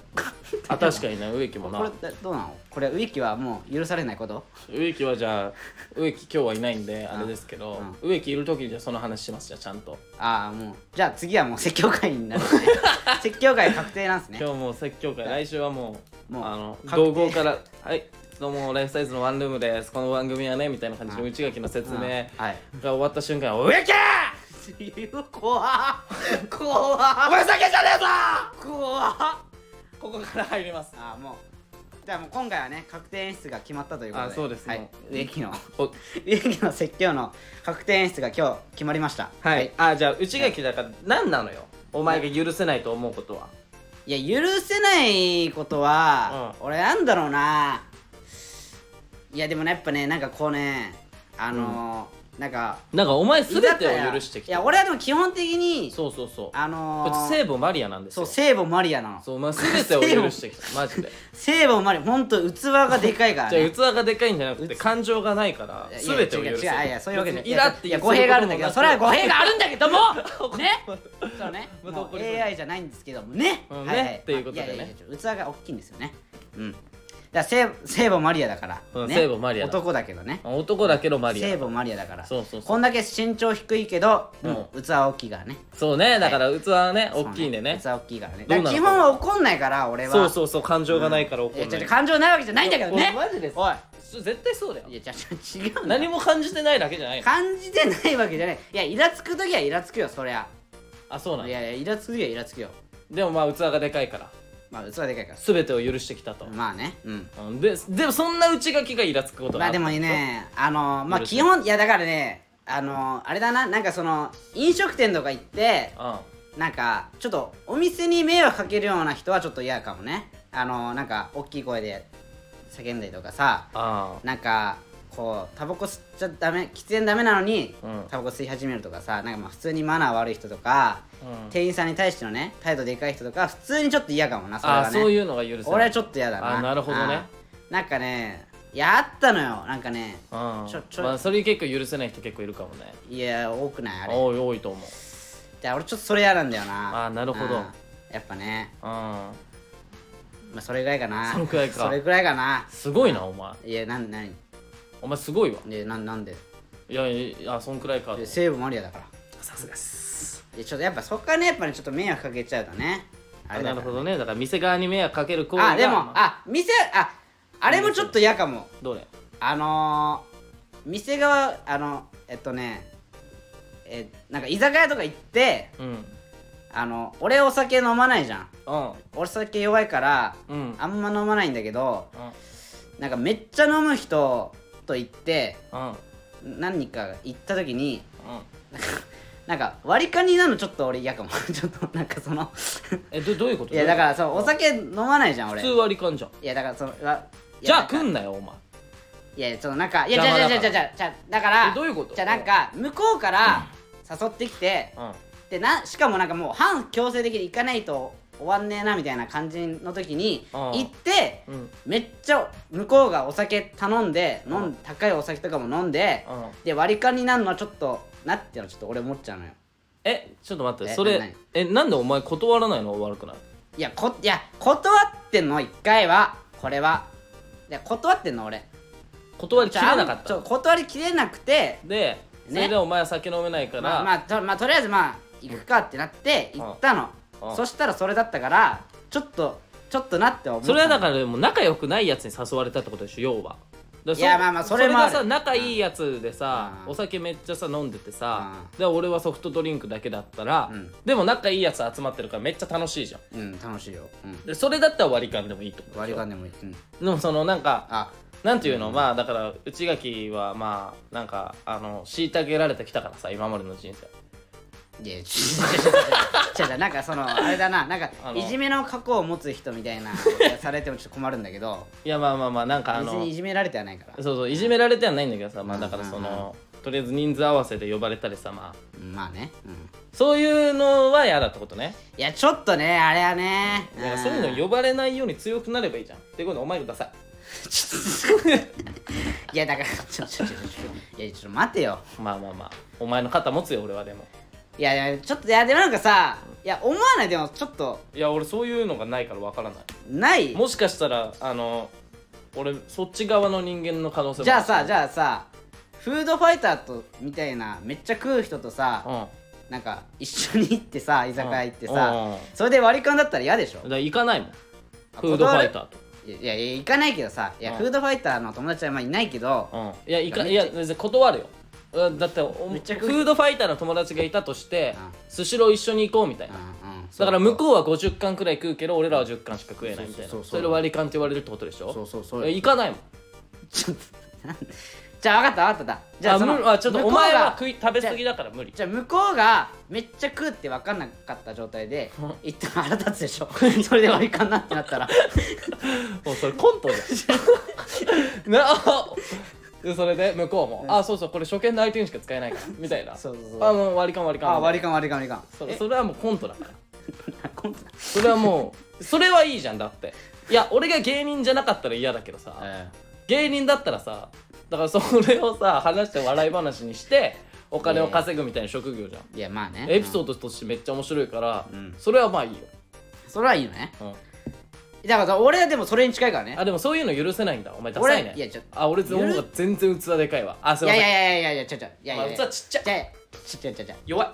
[SPEAKER 2] あ確かにな植木もな
[SPEAKER 1] これどうなのこれ植木はもう許されないこと
[SPEAKER 2] 植木はじゃあ植木今日はいないんであれですけど、植木いる時にじゃあその話しますじゃあちゃんと
[SPEAKER 1] ああもうじゃあ次はもう説教会にな るね説教会確定なんですね
[SPEAKER 2] 今日もう説教会来週はもう
[SPEAKER 1] もう
[SPEAKER 2] あの
[SPEAKER 1] 確定
[SPEAKER 2] 道後から「はいどうもライフサイズのワンルームですこの番組はね」みたいな感じで内垣の説
[SPEAKER 1] うん
[SPEAKER 2] 明
[SPEAKER 1] はい
[SPEAKER 2] が終わった瞬間「植木
[SPEAKER 1] 怖っ怖っ
[SPEAKER 2] お前酒じゃねえぞ!
[SPEAKER 1] 怖っ」
[SPEAKER 2] ここから入ります
[SPEAKER 1] ああもうじゃあもう今回はね確定演出が決まったということで
[SPEAKER 2] あそうですね
[SPEAKER 1] はい、植木の
[SPEAKER 2] お
[SPEAKER 1] 植木の説教の確定演出が今日決まりました
[SPEAKER 2] はい、あじゃあ内垣だから何なのよお前が許せないと思うことは、
[SPEAKER 1] いや許せないことは、俺なんだろうないやでもねやっぱねなんかこうねあのーなんか
[SPEAKER 2] なんかお前
[SPEAKER 1] 居
[SPEAKER 2] 全
[SPEAKER 1] 酒
[SPEAKER 2] て
[SPEAKER 1] 屋
[SPEAKER 2] を許してき
[SPEAKER 1] いや
[SPEAKER 2] た
[SPEAKER 1] 俺はでも基本的に
[SPEAKER 2] そうそうそう
[SPEAKER 1] あの
[SPEAKER 2] こい
[SPEAKER 1] ー、
[SPEAKER 2] つ聖母マリアなんです
[SPEAKER 1] そう
[SPEAKER 2] よ
[SPEAKER 1] 聖母マリアなの
[SPEAKER 2] そうお前全てを許してきたマジで
[SPEAKER 1] 聖母マリアほんと器がでかいから、
[SPEAKER 2] じゃ
[SPEAKER 1] ね
[SPEAKER 2] あ器がでかいんじゃなくて感情がないから
[SPEAKER 1] いや
[SPEAKER 2] 全てを許
[SPEAKER 1] 違う違う
[SPEAKER 2] せ
[SPEAKER 1] いやいやそういうわけじゃない
[SPEAKER 2] イラって
[SPEAKER 1] い
[SPEAKER 2] 言
[SPEAKER 1] や
[SPEAKER 2] う
[SPEAKER 1] 語弊があるんだけどそれは語弊があるんだけども ね
[SPEAKER 2] そういうこ
[SPEAKER 1] そうね
[SPEAKER 2] また
[SPEAKER 1] も
[SPEAKER 2] 怒
[SPEAKER 1] う
[SPEAKER 2] りそう
[SPEAKER 1] AI じゃないんですけどもね
[SPEAKER 2] うん
[SPEAKER 1] はは
[SPEAKER 2] ねっていうことでね
[SPEAKER 1] ややや器が大きいんですよねうんだから聖聖母マリアだから、
[SPEAKER 2] うん
[SPEAKER 1] ね
[SPEAKER 2] 聖母マリアだ
[SPEAKER 1] 男だけどね
[SPEAKER 2] と男だけどマリ
[SPEAKER 1] 聖
[SPEAKER 2] ア
[SPEAKER 1] 母マリアだから
[SPEAKER 2] そうそうそう
[SPEAKER 1] こんだけ身長低いけど、
[SPEAKER 2] うん
[SPEAKER 1] もう器大きいからね
[SPEAKER 2] そうねだから器はね
[SPEAKER 1] そう
[SPEAKER 2] 大きいんでね
[SPEAKER 1] 器大きいからね
[SPEAKER 2] どう
[SPEAKER 1] だ
[SPEAKER 2] なの
[SPEAKER 1] から基本は怒んないから俺は
[SPEAKER 2] そうそうそう感情がないから怒
[SPEAKER 1] いや
[SPEAKER 2] る
[SPEAKER 1] ちょちょ感情ないわけじゃないんだけどね
[SPEAKER 2] マジです
[SPEAKER 1] おい
[SPEAKER 2] 絶対そうだよ
[SPEAKER 1] いやちょちょ違うんだよ
[SPEAKER 2] 何も感じてないだけじゃないの
[SPEAKER 1] 感じてないわけじゃないいやイラつく時はイラつくよそりゃ
[SPEAKER 2] あそうなん
[SPEAKER 1] い
[SPEAKER 2] だ
[SPEAKER 1] やいやイラつく時はイラつくよ
[SPEAKER 2] でもまあ器がでかいから
[SPEAKER 1] まあ器でかいか
[SPEAKER 2] 全てを許してきたと
[SPEAKER 1] らまあねうん
[SPEAKER 2] うんででもそんな内垣がイラつくことが
[SPEAKER 1] ま
[SPEAKER 2] あ
[SPEAKER 1] あ
[SPEAKER 2] っ
[SPEAKER 1] で
[SPEAKER 2] た
[SPEAKER 1] もねあのまあ
[SPEAKER 2] 許せ
[SPEAKER 1] 基本いやだからねあのあれだななんかその飲食店とか行って
[SPEAKER 2] うん
[SPEAKER 1] なんかちょっとお店に迷惑かけるような人はちょっと嫌かもねあのなんか大きい声で叫んだりとかさ
[SPEAKER 2] あ
[SPEAKER 1] なんかこうタバコ吸っちゃダメ喫煙ダメなのに、
[SPEAKER 2] うん
[SPEAKER 1] タバコ吸い始めるとかさなんかまあ普通にマナー悪い人とか
[SPEAKER 2] あうん
[SPEAKER 1] 店員さんに対してのね態度でかい人とか普通にちょっと嫌かもなそれ
[SPEAKER 2] あ
[SPEAKER 1] は
[SPEAKER 2] ー
[SPEAKER 1] ね
[SPEAKER 2] そういうのが許せな
[SPEAKER 1] 俺はいちょっと嫌だな
[SPEAKER 2] あなるほどね
[SPEAKER 1] うんなんかねいやあったのよなんかね
[SPEAKER 2] うん
[SPEAKER 1] ちょちょ
[SPEAKER 2] まあそれ結構許せない人結構いるかもね
[SPEAKER 1] いや多くないあれ
[SPEAKER 2] 多い多いと思う
[SPEAKER 1] じゃあ俺ちょっとそれ嫌なんだよな
[SPEAKER 2] あなるほど
[SPEAKER 1] うんやっぱね、
[SPEAKER 2] うん
[SPEAKER 1] まあ、それぐらいかな
[SPEAKER 2] そのくらいか
[SPEAKER 1] それぐらいかな
[SPEAKER 2] すごいなお前
[SPEAKER 1] いやなんなん
[SPEAKER 2] お前すごいわ
[SPEAKER 1] いやなんなんで
[SPEAKER 2] いやいやいやそんくらいか
[SPEAKER 1] いや西武マリアだから
[SPEAKER 2] さすがっす
[SPEAKER 1] いやちょっとやっぱそこはねやっぱねちょっと迷惑かけちゃうとねあ
[SPEAKER 2] あ
[SPEAKER 1] れだか
[SPEAKER 2] なる
[SPEAKER 1] ら
[SPEAKER 2] ほどねだから店側に迷惑かける行為が
[SPEAKER 1] あでも
[SPEAKER 2] まあ
[SPEAKER 1] あ店ああれもちょっと嫌かも
[SPEAKER 2] どれ
[SPEAKER 1] あのー、店側あのえっとねえなんか居酒屋とか行って
[SPEAKER 2] うんうん
[SPEAKER 1] あの俺お酒飲まないじゃん俺酒弱いから
[SPEAKER 2] うん
[SPEAKER 1] あんま飲まないんだけど
[SPEAKER 2] うん
[SPEAKER 1] なんかめっちゃ飲む人と行って
[SPEAKER 2] うんうん
[SPEAKER 1] 何人かが行った時になんか割り勘になるのちょっと俺嫌かも ちょっとなんかその
[SPEAKER 2] えどどういうこと
[SPEAKER 1] いやだからそうのお酒飲まないじゃん
[SPEAKER 2] 普
[SPEAKER 1] 俺
[SPEAKER 2] 通割り勘じゃん
[SPEAKER 1] いやだからそのわいや
[SPEAKER 2] じゃ
[SPEAKER 1] な
[SPEAKER 2] あ
[SPEAKER 1] んか
[SPEAKER 2] 来んなよお前
[SPEAKER 1] いやいやちょっとなんかいやじ
[SPEAKER 2] 邪
[SPEAKER 1] ゃ
[SPEAKER 2] 魔
[SPEAKER 1] じゃ
[SPEAKER 2] だ
[SPEAKER 1] じ
[SPEAKER 2] か
[SPEAKER 1] ゃ
[SPEAKER 2] ら
[SPEAKER 1] じゃじゃじゃだから
[SPEAKER 2] えどういうこと
[SPEAKER 1] じゃあなんか向こうから誘ってきて
[SPEAKER 2] うん
[SPEAKER 1] でなしかもなんかもう反強制的に行かないと終わんねえなみたいな感じの時に
[SPEAKER 2] うん
[SPEAKER 1] 行って
[SPEAKER 2] うん
[SPEAKER 1] めっちゃ向こうがお酒頼んで飲ん高いお酒とかも飲んで
[SPEAKER 2] うん
[SPEAKER 1] で割り勘になるのはちょっとなっていうのはちょっと俺思っちゃうのよ
[SPEAKER 2] えちょっと待って
[SPEAKER 1] え
[SPEAKER 2] そ
[SPEAKER 1] 何
[SPEAKER 2] れえなんでお前断らないの悪くない
[SPEAKER 1] いやこいや断ってんの一回はこれはいや断ってんの俺
[SPEAKER 2] 断り切れなかっ
[SPEAKER 1] ちょ
[SPEAKER 2] た
[SPEAKER 1] 断りきれなくて
[SPEAKER 2] でそ
[SPEAKER 1] ね
[SPEAKER 2] れでお前は酒飲めないか
[SPEAKER 1] まあ、
[SPEAKER 2] ら
[SPEAKER 1] まあとまあとりあえずまあ行くかってなって行ったの、
[SPEAKER 2] うん
[SPEAKER 1] そしたらそれだったからちょっとちょっとなって思った
[SPEAKER 2] それはだからもう仲良くないやつに誘われたってことでしょ要はだからそ
[SPEAKER 1] いやまあまあそれもある
[SPEAKER 2] がさ仲いいやつでさ
[SPEAKER 1] うん
[SPEAKER 2] お酒めっちゃさ飲んでてさ
[SPEAKER 1] う
[SPEAKER 2] で俺はソフトドリンクだけだったら、
[SPEAKER 1] うん
[SPEAKER 2] でも仲いいやつ集まってるからめっちゃ楽しいじゃん
[SPEAKER 1] うん楽しいよ、うん、
[SPEAKER 2] でそれだったら割り勘でもいいってこと
[SPEAKER 1] 割り
[SPEAKER 2] でしょ
[SPEAKER 1] 勘でもいい、うん、
[SPEAKER 2] でもそのなんか
[SPEAKER 1] あ
[SPEAKER 2] なんていうの、まあだから内垣はまあなんかあの虐げられてきたからさ今までの人生
[SPEAKER 1] いやちょちょちょ ちょちょなんかそのあれだななんか
[SPEAKER 2] あの
[SPEAKER 1] いじめの過去を持つ人みたいなされてもちょっと困るんだけど
[SPEAKER 2] いやまあまあまあなんかあ
[SPEAKER 1] 別
[SPEAKER 2] の
[SPEAKER 1] にいじめられてはないから
[SPEAKER 2] そうそういじめられてはないんだけどさまあだからそ
[SPEAKER 1] うんうん
[SPEAKER 2] のとりあえず人数合わせで呼ばれたりさまあ
[SPEAKER 1] うんまあね、うん、
[SPEAKER 2] そういうのは嫌だってことね
[SPEAKER 1] いやちょっとねあれはね、
[SPEAKER 2] だからそういうの呼ばれないように強くなればいいじゃんってことでお前くださ
[SPEAKER 1] いやだからちょちょちょちょいやちょっと待てよ
[SPEAKER 2] いまあまあまあお前の肩持つよ俺はでも
[SPEAKER 1] いやいやちょっといやでもなんかさいや思わないでもちょっと
[SPEAKER 2] いや俺そういうのがないからわからない
[SPEAKER 1] ない
[SPEAKER 2] もしかしたらあの俺そっち側の人間の可能性も
[SPEAKER 1] じゃあさじゃあさフードファイターとみたいなめっちゃ食う人とさ、
[SPEAKER 2] うん
[SPEAKER 1] なんか一緒に行ってさ居酒屋行って
[SPEAKER 2] うんうん
[SPEAKER 1] さそれで割り勘だったら嫌でしょ
[SPEAKER 2] だから行かないもんフードファイターと
[SPEAKER 1] いやいや行かないけどさいや、
[SPEAKER 2] うん
[SPEAKER 1] フードファイターの友達はまあいないけど、
[SPEAKER 2] うん、いやいかいや別に断るようんだっておフ
[SPEAKER 1] めっちゃ食う
[SPEAKER 2] ードファイターの友達がいたとして
[SPEAKER 1] うん
[SPEAKER 2] スシロー一緒に行こうみたい
[SPEAKER 1] うん
[SPEAKER 2] な
[SPEAKER 1] うん
[SPEAKER 2] だから向こうは50貫くらい食うけど俺らは10貫しか食えないみたいな
[SPEAKER 1] そうそうそう
[SPEAKER 2] それ割り勘って言われるってことでしょ
[SPEAKER 1] そうそうそう
[SPEAKER 2] え行かないもん
[SPEAKER 1] ちょっとなん じゃあ分かった分かっただじゃあ
[SPEAKER 2] あ
[SPEAKER 1] そ
[SPEAKER 2] む
[SPEAKER 1] の
[SPEAKER 2] あちょっと
[SPEAKER 1] 向こ
[SPEAKER 2] お
[SPEAKER 1] うが
[SPEAKER 2] 前は食い食べ過ぎだから無 理
[SPEAKER 1] じゃあ向こうがめっちゃ食うって分かんなかった状態で一旦腹立つでしょ それで割り勘なってなった ら
[SPEAKER 2] もうそれコントじゃん なあでそれで向こうも「あそうそうこれ初見の相手にしか使えな いから」みたいな「
[SPEAKER 1] そうそうそう
[SPEAKER 2] あもう割り勘割り勘」
[SPEAKER 1] あ割り勘割り勘割り勘
[SPEAKER 2] それそれはもうコントだから
[SPEAKER 1] えコントだ
[SPEAKER 2] それはもうそれはいいじゃんだっていや俺が芸人じゃなかったら嫌だけどさ、芸人だったらさだからそれをさ話して笑い話にしてお金を稼ぐみたいな職業じゃん、
[SPEAKER 1] いやまあね
[SPEAKER 2] エピソ
[SPEAKER 1] ー
[SPEAKER 2] ードとしてめっちゃ面白いから、
[SPEAKER 1] うん
[SPEAKER 2] それはまあいいよ、
[SPEAKER 1] ドそれはいいのね
[SPEAKER 2] うん
[SPEAKER 1] だから俺はでもそれに近いからね
[SPEAKER 2] あでもそういうの許せないんだお前ダサいね
[SPEAKER 1] 俺いやちょっと
[SPEAKER 2] あ俺思うが全然器でかいわあす
[SPEAKER 1] い
[SPEAKER 2] いま
[SPEAKER 1] や
[SPEAKER 2] せ
[SPEAKER 1] い
[SPEAKER 2] ん
[SPEAKER 1] やいやいやいやちょちょいやいやいや
[SPEAKER 2] まあ器ちっちゃい
[SPEAKER 1] じゃあちょちょちょちょ
[SPEAKER 2] 弱い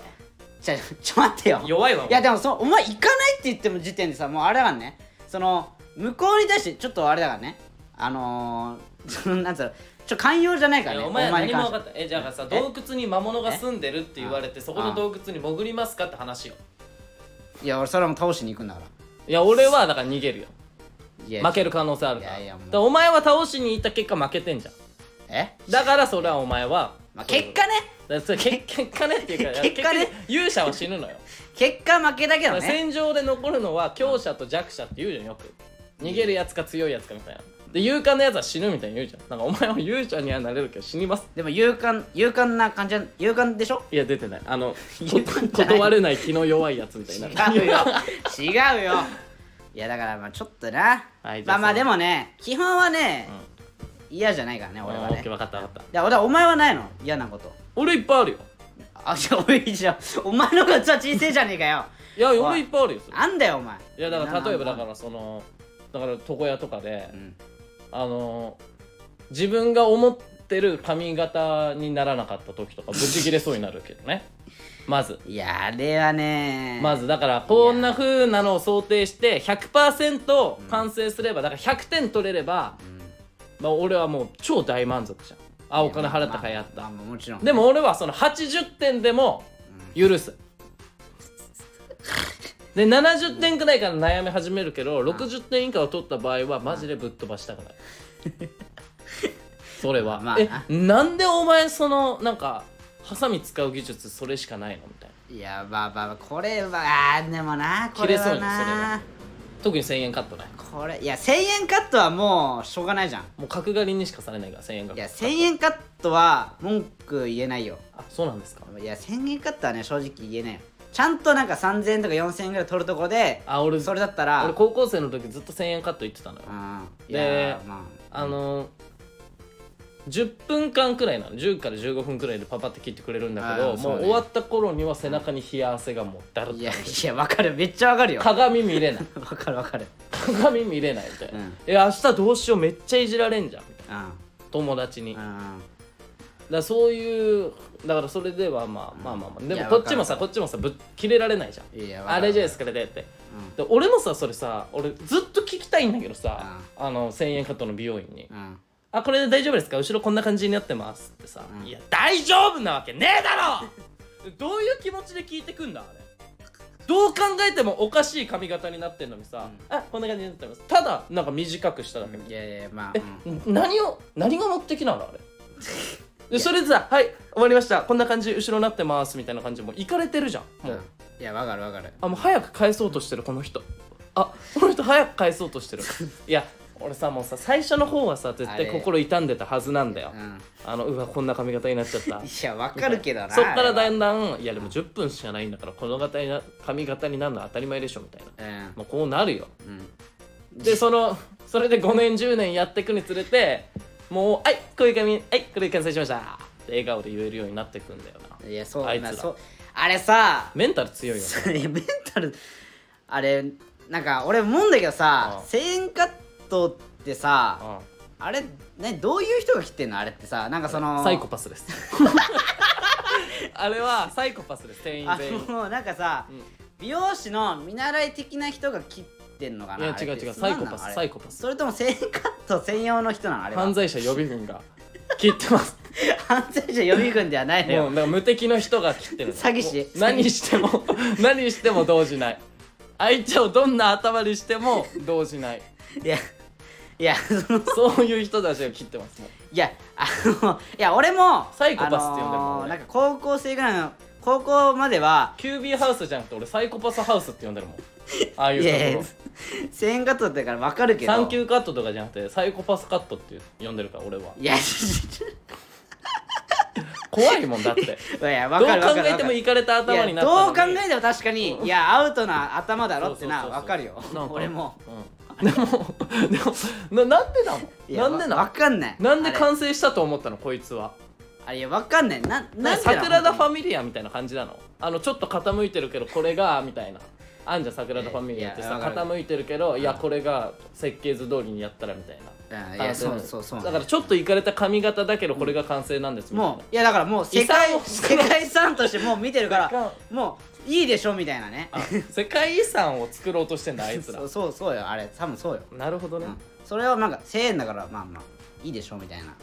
[SPEAKER 1] ちょちょちょ待ってよ
[SPEAKER 2] 弱いわ
[SPEAKER 1] いやでもそうお前行かないって言っても時点でさもうあれだからねその向こうに対してちょっとあれだからねあのー、そのなんつうのちょ寛容じゃないからね
[SPEAKER 2] お前何も分か
[SPEAKER 1] っ
[SPEAKER 2] ったえじゃあさ
[SPEAKER 1] え
[SPEAKER 2] 洞窟に魔物が住んでるって言われてそこの洞窟に潜りますかって話よ
[SPEAKER 1] たいや俺それはもう倒しに行くんだから
[SPEAKER 2] いや俺はだから逃げるよ
[SPEAKER 1] いや
[SPEAKER 2] 負ける可能性あるから
[SPEAKER 1] いやいやもう
[SPEAKER 2] だからお前は倒しに行った結果負けてんじゃん
[SPEAKER 1] え、
[SPEAKER 2] だからそれはお前は、
[SPEAKER 1] まあ、結果ね
[SPEAKER 2] だからそれ結結果ねっていう か
[SPEAKER 1] 結果ね
[SPEAKER 2] 結局勇者は死ぬのよ、
[SPEAKER 1] 結果負けだけどね
[SPEAKER 2] 戦場で残るのは強者と弱者って言うじゃんよく逃げるやつか強いやつかみたいなで勇敢なやつは死ぬみたいに言うじゃんなんかお前は勇者にはなれるけど死にます
[SPEAKER 1] でも勇敢勇敢な感じは勇敢でしょ
[SPEAKER 2] いや出てない あの
[SPEAKER 1] 勇敢じゃない
[SPEAKER 2] 断れない気の弱いやつみ たいな
[SPEAKER 1] 違うよ違うよいやだからまあちょっとな、
[SPEAKER 2] はいじゃ
[SPEAKER 1] ま
[SPEAKER 2] あ
[SPEAKER 1] あまあでもね基本はね、嫌じゃないからね
[SPEAKER 2] 俺
[SPEAKER 1] 俺は
[SPEAKER 2] は、ね、オッ
[SPEAKER 1] ね
[SPEAKER 2] ケー分かった分かった
[SPEAKER 1] いや俺はお前はないの嫌なこと
[SPEAKER 2] 俺いっぱいあるよ
[SPEAKER 1] あじゃあおいじゃあお前のがさ小せえじゃねえかよ
[SPEAKER 2] いや
[SPEAKER 1] お
[SPEAKER 2] 俺
[SPEAKER 1] い
[SPEAKER 2] いっぱいあるよそれ
[SPEAKER 1] なんだよお前
[SPEAKER 2] いやだから例えばだかららそのだから床屋とかで、
[SPEAKER 1] うん
[SPEAKER 2] あの自分が思ってる髪型にならなかった時とかブチ切れそうになるけどねまず
[SPEAKER 1] いやあれはね
[SPEAKER 2] まずだからこんな風なのを想定して100%完成すればだから100点取れれば、まあ、俺はもう超大満足じゃんあお金払ったからやった、
[SPEAKER 1] まあまあもちろん
[SPEAKER 2] でも俺はその80点でも許す、で70点くらいから悩み始めるけど60点以下を取った場合はマジでぶっ飛ばしたくないそれは、
[SPEAKER 1] まあな
[SPEAKER 2] えなんでお前そのなんかハサミ使う技術それしかないのみたいない
[SPEAKER 1] やまあまあまあこれはあーでもなこれは
[SPEAKER 2] 切れそうにそれ
[SPEAKER 1] な
[SPEAKER 2] は特に1000円カットない
[SPEAKER 1] これいや1000円カットはもうしょうがないじゃん
[SPEAKER 2] もう角刈りにしかされないから1000円が
[SPEAKER 1] いや1000円カットは文句言えないよ
[SPEAKER 2] あそうなんですか
[SPEAKER 1] いや1000円カットはね正直言えないよちゃんとなんか3000円とか4000円ぐらい取るとこで
[SPEAKER 2] あ俺
[SPEAKER 1] それだったら
[SPEAKER 2] 俺高校生の時ずっと1000円カット言ってたのよ
[SPEAKER 1] うんい
[SPEAKER 2] で
[SPEAKER 1] やまあ
[SPEAKER 2] あの10分間くらいなの10から15分くらいでパパって切ってくれるんだけ
[SPEAKER 1] あ
[SPEAKER 2] ど
[SPEAKER 1] ーそう
[SPEAKER 2] もう
[SPEAKER 1] ね
[SPEAKER 2] 終わった頃には背中に冷や汗がもうだるっ
[SPEAKER 1] いやいやわかるめっちゃわかるよ
[SPEAKER 2] 鏡見れない
[SPEAKER 1] わかるわかる
[SPEAKER 2] 鏡見れないみたいな、
[SPEAKER 1] うん
[SPEAKER 2] え明日どうしようめっちゃいじられんじゃんみたいな
[SPEAKER 1] うん
[SPEAKER 2] 友達に、
[SPEAKER 1] う
[SPEAKER 2] だか
[SPEAKER 1] ん
[SPEAKER 2] らそういうだからそれではまあまあまあまあで
[SPEAKER 1] い
[SPEAKER 2] も
[SPEAKER 1] や
[SPEAKER 2] こっちもさ
[SPEAKER 1] わ
[SPEAKER 2] こっちもさぶっ切れられないじゃん
[SPEAKER 1] いやわか
[SPEAKER 2] あ
[SPEAKER 1] る
[SPEAKER 2] れじゃですからでって、で俺もさそれさ俺ずっと聞きたいんだけどさ、あの1000円カットの美容院に「
[SPEAKER 1] うん
[SPEAKER 2] あこれで大丈夫ですか後ろこんな感じになってます」ってさ「
[SPEAKER 1] うん
[SPEAKER 2] いや大丈夫なわけねえだろ! 」 どういう気持ちで聞いてくんだあれどう考えてもおかしい髪型になってんのにさ「あこんな感じになってます」ただなんか短くしただけみたいない
[SPEAKER 1] やいやまあ
[SPEAKER 2] え、何を何が目的なの あれでそれでさ「はい終わりましたこんな感じ後ろになってます」みたいな感じでもういかれてるじゃん
[SPEAKER 1] うん
[SPEAKER 2] も
[SPEAKER 1] う
[SPEAKER 2] う、
[SPEAKER 1] んいやわかるわかる
[SPEAKER 2] あもう早く返そうとしてるこの人あこの人早く返そうとしてるいや俺さもうさ最初の方はさ絶
[SPEAKER 1] あ
[SPEAKER 2] 対
[SPEAKER 1] れ
[SPEAKER 2] 心痛んでたはずなんだよ
[SPEAKER 1] うん
[SPEAKER 2] あのうわこんな髪型になっちゃった
[SPEAKER 1] いやわかるけどな
[SPEAKER 2] そっから
[SPEAKER 1] あ
[SPEAKER 2] だ
[SPEAKER 1] れ
[SPEAKER 2] んだんいやでも10分しかないんだからこの型にな髪型になるのは当たり前でしょみたいな
[SPEAKER 1] は
[SPEAKER 2] もうこうなるよ
[SPEAKER 1] うんうん
[SPEAKER 2] でそのそれで5年10年やっていくにつれてもう「はいこういう髪はいこれ完成しました」って笑顔で言えるようになっていくんだよない
[SPEAKER 1] やそう
[SPEAKER 2] あいつ
[SPEAKER 1] まあ
[SPEAKER 2] ら
[SPEAKER 1] そうあれさ
[SPEAKER 2] メンタル強いよね
[SPEAKER 1] それメンタルあれなんか俺思うんだけどさ
[SPEAKER 2] うん
[SPEAKER 1] 1000円カットってさ
[SPEAKER 2] あ
[SPEAKER 1] あれねどういう人が切ってんのあれってさなんかその
[SPEAKER 2] サイコパスですあれはサイコパスです店員
[SPEAKER 1] あ
[SPEAKER 2] 全員
[SPEAKER 1] のなんかさ
[SPEAKER 2] うん
[SPEAKER 1] 美容師の見習い的な人が切ってんのかない
[SPEAKER 2] や
[SPEAKER 1] あれって
[SPEAKER 2] 違う違う
[SPEAKER 1] そうなんなの
[SPEAKER 2] サイコパス
[SPEAKER 1] あれ
[SPEAKER 2] サイコパス
[SPEAKER 1] それとも1000円カット専用の人なのあれは
[SPEAKER 2] 犯罪者予備軍が切っ てます
[SPEAKER 1] 犯罪者予備軍ではないの
[SPEAKER 2] もう
[SPEAKER 1] よ
[SPEAKER 2] だから無敵の人が切ってるの
[SPEAKER 1] 詐欺師
[SPEAKER 2] もう何し ても何しても動じない相手をどんな頭にしても動じない
[SPEAKER 1] いやいやその
[SPEAKER 2] そういう人たちが切ってますもう
[SPEAKER 1] いやあのいや俺も
[SPEAKER 2] サイコパスって呼んでるも
[SPEAKER 1] あ
[SPEAKER 2] ん
[SPEAKER 1] のー
[SPEAKER 2] 俺
[SPEAKER 1] なんか高校生ぐらいの高校までは
[SPEAKER 2] キュービーハウスじゃなくて俺サイコパスハウスって呼んでるもんああい
[SPEAKER 1] いやいうや
[SPEAKER 2] とこ
[SPEAKER 1] 1000円カットだから分かるけ
[SPEAKER 2] ろ
[SPEAKER 1] ど
[SPEAKER 2] サンキューカットとかじゃなくてサイコパスカットって呼んでるから俺はい
[SPEAKER 1] やい
[SPEAKER 2] 怖いもんだって
[SPEAKER 1] や
[SPEAKER 2] どう
[SPEAKER 1] 分
[SPEAKER 2] 考
[SPEAKER 1] かる分かる
[SPEAKER 2] えてもいかれた頭になった
[SPEAKER 1] いやど
[SPEAKER 2] の
[SPEAKER 1] う
[SPEAKER 2] に
[SPEAKER 1] 考えても確かにいやアウトな頭だろってな
[SPEAKER 2] そうそうそうそう
[SPEAKER 1] 分かるよ
[SPEAKER 2] なんか
[SPEAKER 1] 俺も
[SPEAKER 2] うんでもでもななんで
[SPEAKER 1] い
[SPEAKER 2] な
[SPEAKER 1] や
[SPEAKER 2] のなんでなの
[SPEAKER 1] 分かんない
[SPEAKER 2] なんで
[SPEAKER 1] あれ
[SPEAKER 2] 完成したと思ったのこいつは
[SPEAKER 1] あれいや分かんないななんで
[SPEAKER 2] 桜田ファ
[SPEAKER 1] ミ
[SPEAKER 2] ミリアみたいな感じなのあのちょっと傾いてるけどこれがみたいなあんじゃん桜田ファミリアって
[SPEAKER 1] いや
[SPEAKER 2] さ
[SPEAKER 1] いやわかる
[SPEAKER 2] 傾いてるけどいやこれが設計図通りにやったらみたいな
[SPEAKER 1] リいやそうそうそう
[SPEAKER 2] だからちょっといかれた髪型だけどこれが完成なんですみたいな
[SPEAKER 1] もういやだからもう世界
[SPEAKER 2] 遺産を
[SPEAKER 1] 世界遺産としてもう見てるか
[SPEAKER 2] 世界
[SPEAKER 1] らもういいでしょみたいなね
[SPEAKER 2] あ世界遺産を作ろうとしてんだあいつら
[SPEAKER 1] そうそうそうよあれ多分そうよ、
[SPEAKER 2] なるほど
[SPEAKER 1] う
[SPEAKER 2] ね、
[SPEAKER 1] ん、それをなんか1000円だからまあまあいいでしょみたいな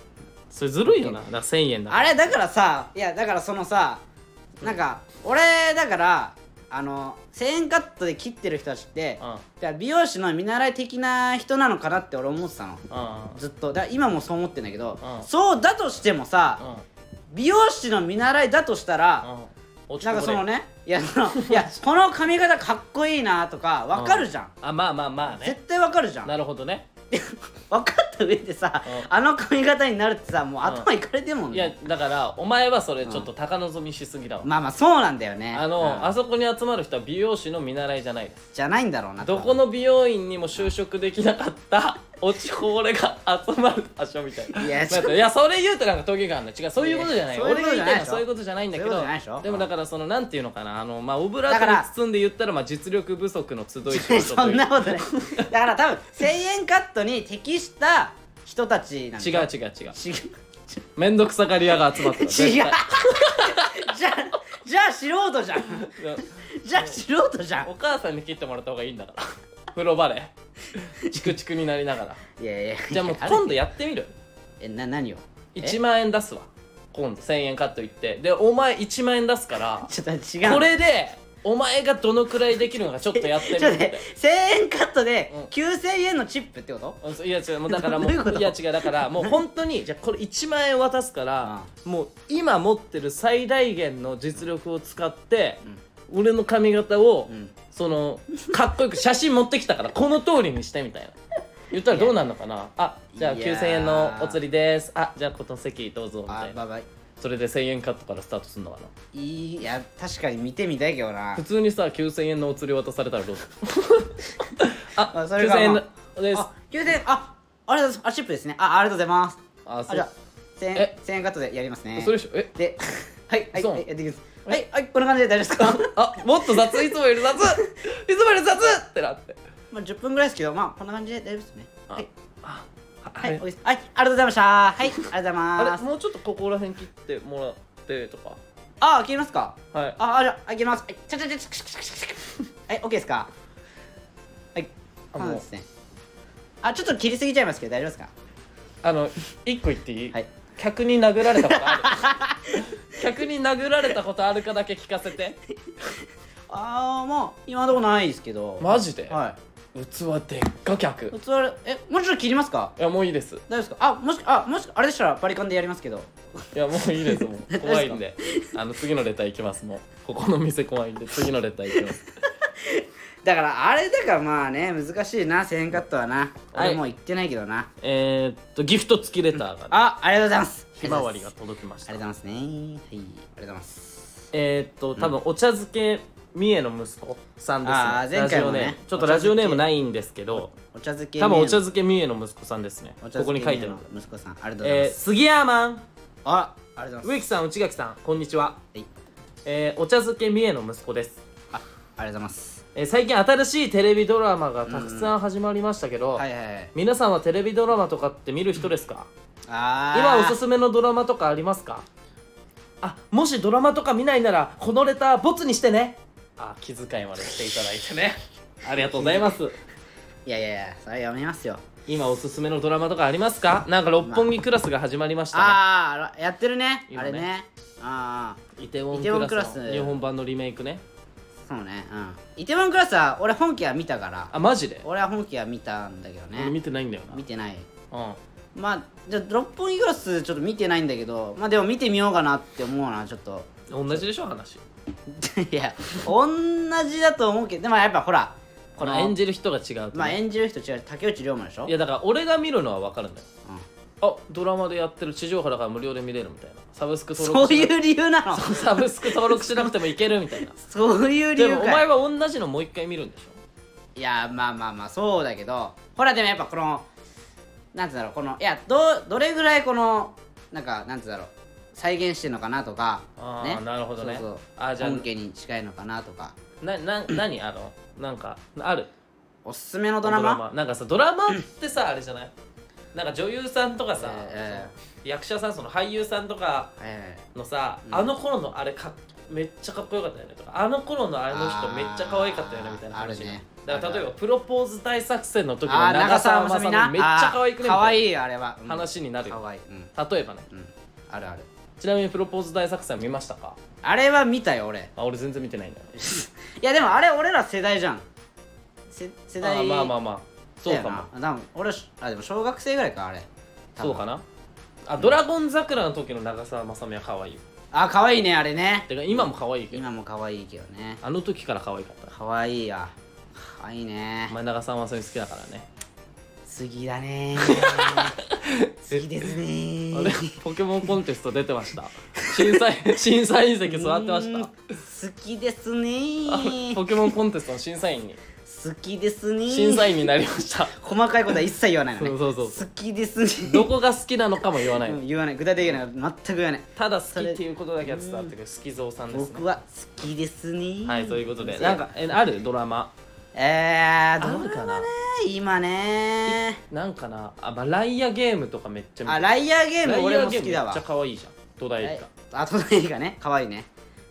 [SPEAKER 2] それずるいよなだから1000円 だ
[SPEAKER 1] あれだからさいやだからそのさなんか俺だからあの1000円カットで切ってる人たちって
[SPEAKER 2] うんうん
[SPEAKER 1] だから美容師の見習い的な人なのかなって俺思ってたの
[SPEAKER 2] う
[SPEAKER 1] ずっとだから今もそう思ってんだけど、
[SPEAKER 2] うん
[SPEAKER 1] そうだとしてもさ、
[SPEAKER 2] ん
[SPEAKER 1] 美容師の見習いだとしたら、
[SPEAKER 2] うん落ち
[SPEAKER 1] な
[SPEAKER 2] こ
[SPEAKER 1] ん
[SPEAKER 2] ぼ
[SPEAKER 1] か
[SPEAKER 2] れ
[SPEAKER 1] そのねいやそのいやこの髪型かっこいいなとかわかるじゃん、
[SPEAKER 2] あまあまあまあね
[SPEAKER 1] 絶対わかるじゃん
[SPEAKER 2] な
[SPEAKER 1] 分
[SPEAKER 2] るほどね
[SPEAKER 1] かった上でさ、
[SPEAKER 2] うん
[SPEAKER 1] あの髪型になるってさもう頭いかれてんもん
[SPEAKER 2] い
[SPEAKER 1] ね、
[SPEAKER 2] やだからお前はそれちょっと高望みしすぎだわ、
[SPEAKER 1] まあまあそうなんだよね
[SPEAKER 2] あの、
[SPEAKER 1] うん
[SPEAKER 2] あそこに集まる人は美容師の見習いじゃないです
[SPEAKER 1] じゃないんだろうな
[SPEAKER 2] どこの美容院にも就職できなかった落ちこぼれが集まる場所みたいない
[SPEAKER 1] やちょっと
[SPEAKER 2] だっていやそれ言うとなんかトゲがあるの違うそういうことじゃない
[SPEAKER 1] いやそういう
[SPEAKER 2] 俺
[SPEAKER 1] こ
[SPEAKER 2] が
[SPEAKER 1] とじ
[SPEAKER 2] 言
[SPEAKER 1] ゃ
[SPEAKER 2] い
[SPEAKER 1] ない
[SPEAKER 2] た
[SPEAKER 1] でし
[SPEAKER 2] い
[SPEAKER 1] ょ
[SPEAKER 2] のはそういうことじゃないんだけ
[SPEAKER 1] そういうこと
[SPEAKER 2] ど
[SPEAKER 1] じゃないでしょ
[SPEAKER 2] もだからそのなんていうのかなあのまあオブラ
[SPEAKER 1] だから
[SPEAKER 2] ートに包んで言ったらまあ実力不足の集いということ
[SPEAKER 1] そんなことないだから多分1000円カットに適した人たちなんだ
[SPEAKER 2] 違う
[SPEAKER 1] よ
[SPEAKER 2] 違う違う
[SPEAKER 1] 違う
[SPEAKER 2] めんどくさがり屋が集まってる
[SPEAKER 1] 違うじゃあじゃあ素人じゃんじゃあ素人じゃん
[SPEAKER 2] お母さんに切ってもらった方がいい んだから風呂場でチクチクになりながら
[SPEAKER 1] いやいや
[SPEAKER 2] じゃあもう
[SPEAKER 1] れ
[SPEAKER 2] 今度やってみる
[SPEAKER 1] えな何をえ
[SPEAKER 2] 1万円出すわ今度1000円カットいってでお前1万円出すから
[SPEAKER 1] ちょっと違うの
[SPEAKER 2] これでお前がどのくらいできるのかちょっとやって み
[SPEAKER 1] ちょ
[SPEAKER 2] る
[SPEAKER 1] っ
[SPEAKER 2] っ
[SPEAKER 1] とね1000
[SPEAKER 2] て、
[SPEAKER 1] 円カットで
[SPEAKER 2] うん
[SPEAKER 1] 9000円のチップってこと
[SPEAKER 2] うんいや違うもうだからもう
[SPEAKER 1] どういうこと
[SPEAKER 2] や違うだからもう本 当にじゃあこれ1万円渡すからもう今持ってる最大限の実力を使って、俺の髪型を、
[SPEAKER 1] ん
[SPEAKER 2] そのかっこよく写真持って きたからこの通りにしてみたいな言ったらどうなんのかなあじゃあ
[SPEAKER 1] いやー
[SPEAKER 2] 9000円のお釣りですあじゃあこの席どうぞみ
[SPEAKER 1] あ
[SPEAKER 2] たいな
[SPEAKER 1] ばばい
[SPEAKER 2] それで1000円カットからスタートするのかない
[SPEAKER 1] や確かに見てみたいけどな
[SPEAKER 2] 普通にさ9000円のお釣り渡されたらど うするあ
[SPEAKER 1] あそれが
[SPEAKER 2] 9000円
[SPEAKER 1] まあ
[SPEAKER 2] のです
[SPEAKER 1] あ9000円あありがとうございますあチップですねあありがとうございます
[SPEAKER 2] あ
[SPEAKER 1] あ
[SPEAKER 2] そ
[SPEAKER 1] じゃあ
[SPEAKER 2] う
[SPEAKER 1] 1000円
[SPEAKER 2] え
[SPEAKER 1] 1000円カットでやりますね
[SPEAKER 2] それでしょえ
[SPEAKER 1] ではいはい
[SPEAKER 2] そう
[SPEAKER 1] はいやっていきますはいはいこんな感じで大丈夫ですか
[SPEAKER 2] あもっと雑いつもより雑いつもより雑ってなって
[SPEAKER 1] まあ10分ぐらいですけどまあこんな感じで大丈夫ですね
[SPEAKER 2] あ
[SPEAKER 1] はい
[SPEAKER 2] あ
[SPEAKER 1] は
[SPEAKER 2] あ
[SPEAKER 1] い
[SPEAKER 2] れ
[SPEAKER 1] おいですはいありがとうございましたはいありがとうござい
[SPEAKER 2] あ
[SPEAKER 1] ま
[SPEAKER 2] れ
[SPEAKER 1] す
[SPEAKER 2] もうちょっとここら辺切ってもらってとか
[SPEAKER 1] あ切りますか
[SPEAKER 2] はい
[SPEAKER 1] ああじゃああ切りますはいちゃちゃちゃちゃちゃちゃちゃはいオッケーですか
[SPEAKER 2] あ
[SPEAKER 1] 感
[SPEAKER 2] もう
[SPEAKER 1] 染あちょっと切りすぎちゃいますけど大丈夫ですか
[SPEAKER 2] あの一個言っていい、
[SPEAKER 1] はい
[SPEAKER 2] 客に殴られたことある 客に殴られたことあるかだけ聞かせて
[SPEAKER 1] ああまあ今のところないですけど
[SPEAKER 2] マジで
[SPEAKER 1] は
[SPEAKER 2] 器でっか客
[SPEAKER 1] い器えもうちょっと切りますか
[SPEAKER 2] いやもういいです
[SPEAKER 1] 大丈夫ですかあもしあもしあれでしたらバリカンでやりますけど
[SPEAKER 2] いやもういいです もう怖いんであの次のレター行きますもうここの店怖いんで次のレター行きます
[SPEAKER 1] だからあれだからまあね難しいな1000円カットはな、
[SPEAKER 2] はい
[SPEAKER 1] あれもう言ってないけどな
[SPEAKER 2] えーっとギフト付きレターが、ね、
[SPEAKER 1] あありがとうございます
[SPEAKER 2] ひまわりが届きまし
[SPEAKER 1] あ
[SPEAKER 2] た
[SPEAKER 1] りがとうございますねはいありがとうございます
[SPEAKER 2] えーっと多分お茶漬け三重の息子さんです、
[SPEAKER 1] あー前回もね
[SPEAKER 2] ラジオネームちょっとラジオネームないんですけど
[SPEAKER 1] お茶漬け
[SPEAKER 2] 多分お茶
[SPEAKER 1] 漬
[SPEAKER 2] 漬け三重の息子さんですねここに書いてある
[SPEAKER 1] 息子さんありがとうございま
[SPEAKER 2] えー、
[SPEAKER 1] す、
[SPEAKER 2] 杉山ん
[SPEAKER 1] あありがとうござい
[SPEAKER 2] 植木さん内垣さんこんにちは、
[SPEAKER 1] はい
[SPEAKER 2] えーお茶漬け三重の息子です、
[SPEAKER 1] ますあありがとうございます
[SPEAKER 2] えー最近新しいテレビドラマがたくさん始まりましたけど、
[SPEAKER 1] はいはいはい
[SPEAKER 2] 皆さんはテレビドラマとかって見る人ですか
[SPEAKER 1] あ
[SPEAKER 2] 今おす
[SPEAKER 1] す
[SPEAKER 2] すめのドラマとかありますかあもしドラマとか見ないならこのレターボツにしてねあ気遣いまでしていただいてね ありがとうございます
[SPEAKER 1] いやいやいやそれはやめますよ
[SPEAKER 2] 今おすすめのドラマとかありますかなんか六本木クラスが始まりましたね、
[SPEAKER 1] ああやってるね
[SPEAKER 2] 今
[SPEAKER 1] あ
[SPEAKER 2] ね
[SPEAKER 1] れねああ
[SPEAKER 2] イテウォ
[SPEAKER 1] イテウォ
[SPEAKER 2] ン
[SPEAKER 1] ン
[SPEAKER 2] ク
[SPEAKER 1] ク
[SPEAKER 2] ラ
[SPEAKER 1] ラ
[SPEAKER 2] ス
[SPEAKER 1] ス
[SPEAKER 2] の日本版のリメイクね
[SPEAKER 1] そうねうんイテモンクラスは俺本家は見たから
[SPEAKER 2] あマジで
[SPEAKER 1] 俺は本家は見たんだけど
[SPEAKER 2] 俺見
[SPEAKER 1] ね
[SPEAKER 2] てないんだよな
[SPEAKER 1] 見てない
[SPEAKER 2] うん
[SPEAKER 1] まあじゃあ六本木クラスちょっと見てないんだけどまあでも見てみようかなって思うなちょっと
[SPEAKER 2] 同じでしょ話
[SPEAKER 1] いや同じだと思うけどでもやっぱほら
[SPEAKER 2] こ
[SPEAKER 1] この
[SPEAKER 2] の演じる人が違うと
[SPEAKER 1] まあ
[SPEAKER 2] ね
[SPEAKER 1] 演じる人違う竹内涼真でしょ
[SPEAKER 2] いやだから俺が見るのは分かるんだよ
[SPEAKER 1] うん
[SPEAKER 2] あドラマでやってる地上波だから無料で見れるみたいなサブスク登
[SPEAKER 1] そ
[SPEAKER 2] 録
[SPEAKER 1] う
[SPEAKER 2] し
[SPEAKER 1] い
[SPEAKER 2] な
[SPEAKER 1] う理由な の
[SPEAKER 2] サブスク登録しなくてもいけるみたいな
[SPEAKER 1] そういう理
[SPEAKER 2] で
[SPEAKER 1] 由
[SPEAKER 2] もお
[SPEAKER 1] か
[SPEAKER 2] 前
[SPEAKER 1] い
[SPEAKER 2] は同じのもう一回見るんでしょ
[SPEAKER 1] いやまあまあまあそうだけどほらでもやっぱこのなんつうんだろうこのいやどどれぐらいこのなんかなんつうんだろう再現してんのかなとか
[SPEAKER 2] あーなるほどね
[SPEAKER 1] そうそう
[SPEAKER 2] あーじゃあ
[SPEAKER 1] 本家に近いのかなとか
[SPEAKER 2] なな何あのなんかある
[SPEAKER 1] おすすめのドラマ
[SPEAKER 2] なんかさドラマってさあれじゃないなんか女優さんとかさ、
[SPEAKER 1] え
[SPEAKER 2] その役者さんその俳優さんとか
[SPEAKER 1] ええ
[SPEAKER 2] のさ、
[SPEAKER 1] うん
[SPEAKER 2] あの頃のあれかっめっちゃかっこよかったよねとかあの頃のあの人めっちゃ可愛かったよねみたいな
[SPEAKER 1] あーあ
[SPEAKER 2] 話
[SPEAKER 1] るね
[SPEAKER 2] だから例えばプロポーズ大作戦の時の
[SPEAKER 1] あー
[SPEAKER 2] 長
[SPEAKER 1] 長
[SPEAKER 2] 澤
[SPEAKER 1] 澤
[SPEAKER 2] ま
[SPEAKER 1] ま
[SPEAKER 2] さ
[SPEAKER 1] さ
[SPEAKER 2] み
[SPEAKER 1] み
[SPEAKER 2] な
[SPEAKER 1] な
[SPEAKER 2] めっちゃ可愛くねみたいな
[SPEAKER 1] 可愛いあれは、うん
[SPEAKER 2] 話になるよ
[SPEAKER 1] 可愛いうん
[SPEAKER 2] 例えばね
[SPEAKER 1] うんあるある
[SPEAKER 2] ちなみにプロポーズ大作戦見ましたか
[SPEAKER 1] あれは見たよ俺
[SPEAKER 2] あ俺全然見てないんだよ
[SPEAKER 1] いやでもあれ俺ら世代じゃんせ世代
[SPEAKER 2] あーまあまあまあそうかも
[SPEAKER 1] だよな多分俺はしあでも小学生ぐらいかあれ多分
[SPEAKER 2] そうかなあドラゴン桜の時の長澤まさみは可愛い
[SPEAKER 1] あ可愛いねあれね
[SPEAKER 2] てか今も可愛いけど
[SPEAKER 1] 今も可愛いけどね
[SPEAKER 2] あの時から可愛かった
[SPEAKER 1] 可愛いや可愛いね
[SPEAKER 2] お前長澤まさみ好きだからね
[SPEAKER 1] 次だ ね次ですね
[SPEAKER 2] あれポケモンコンテスト出てました審 査員審査員席座ってました
[SPEAKER 1] た好きです
[SPEAKER 2] あ
[SPEAKER 1] ね
[SPEAKER 2] ポケモンコンテストの審査員に
[SPEAKER 1] 好きですね
[SPEAKER 2] 審査員になりました
[SPEAKER 1] 細かいことは一切言わないのね
[SPEAKER 2] そうそうそ
[SPEAKER 1] 好きですね
[SPEAKER 2] どこが好きなのかも言わない
[SPEAKER 1] うん言わない具体的なのは全く言わない
[SPEAKER 2] ただ好きっていうことだけは伝わってくる好きぞうさんです
[SPEAKER 1] 僕
[SPEAKER 2] ね
[SPEAKER 1] は好きですね
[SPEAKER 2] はいということで
[SPEAKER 1] な
[SPEAKER 2] なん
[SPEAKER 1] んか
[SPEAKER 2] かえあるドラマ
[SPEAKER 1] えー、
[SPEAKER 2] あ
[SPEAKER 1] ど
[SPEAKER 2] る
[SPEAKER 1] う
[SPEAKER 2] か
[SPEAKER 1] か
[SPEAKER 2] な
[SPEAKER 1] な今ね
[SPEAKER 2] なんかなあまあライアゲームとかめっちゃ見
[SPEAKER 1] あ
[SPEAKER 2] て
[SPEAKER 1] ライアーゲーム俺
[SPEAKER 2] ライ
[SPEAKER 1] も
[SPEAKER 2] ア
[SPEAKER 1] 好
[SPEAKER 2] ゲー
[SPEAKER 1] き
[SPEAKER 2] ムめっ
[SPEAKER 1] だわ
[SPEAKER 2] ちゃ可愛いじゃん戸田恵梨香
[SPEAKER 1] あと何かね可愛いね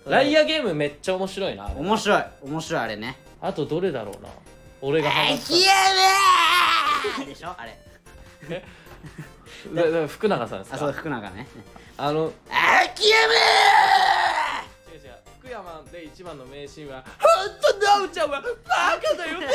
[SPEAKER 2] ライアゲームめっちゃ面白いなあれ
[SPEAKER 1] 面白い面白いあれね
[SPEAKER 2] あとどれだろうな俺が
[SPEAKER 1] あ
[SPEAKER 2] 話
[SPEAKER 1] き
[SPEAKER 2] し
[SPEAKER 1] やめーでしょあれ
[SPEAKER 2] ただだ福永さんです
[SPEAKER 1] あそう
[SPEAKER 2] か
[SPEAKER 1] 福永ね
[SPEAKER 2] あの
[SPEAKER 1] あきや
[SPEAKER 2] 違う違う福山で一番の名シーンは「本当と奈緒ちゃんはバカだよね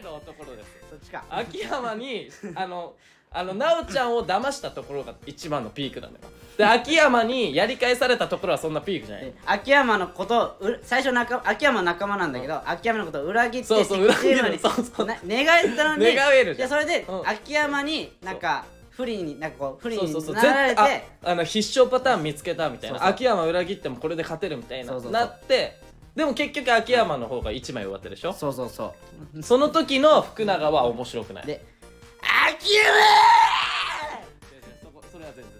[SPEAKER 2] ー!」のところです
[SPEAKER 1] めーそっちか
[SPEAKER 2] 秋山にあの あの奈緒ちゃんを騙したところが一番のピークなんだよで秋山にやり返されたところはそんなピークじゃない
[SPEAKER 1] え秋山のことう最初仲秋山の仲間なんだけど、秋山のことを裏切って
[SPEAKER 2] そうそう
[SPEAKER 1] 敵チーム
[SPEAKER 2] 裏切るそうそう
[SPEAKER 1] な寝返ったのに
[SPEAKER 2] 寝返るじゃん
[SPEAKER 1] でそれで、
[SPEAKER 2] うん
[SPEAKER 1] 秋山になんか不利になんかこう不利
[SPEAKER 2] そうそうそ
[SPEAKER 1] に
[SPEAKER 2] う
[SPEAKER 1] な
[SPEAKER 2] 絶
[SPEAKER 1] られ
[SPEAKER 2] 対
[SPEAKER 1] て
[SPEAKER 2] ああの必勝パターン見つけたみたいな
[SPEAKER 1] そうそう
[SPEAKER 2] 秋山裏切ってもこれで勝てるみたいな
[SPEAKER 1] そうそうそう
[SPEAKER 2] なってでも結局秋山の方が1枚終わってるでしょ
[SPEAKER 1] そうそうそ
[SPEAKER 2] その時の福永は面白くな
[SPEAKER 1] う
[SPEAKER 2] い
[SPEAKER 1] で秋山
[SPEAKER 2] そこそれは全然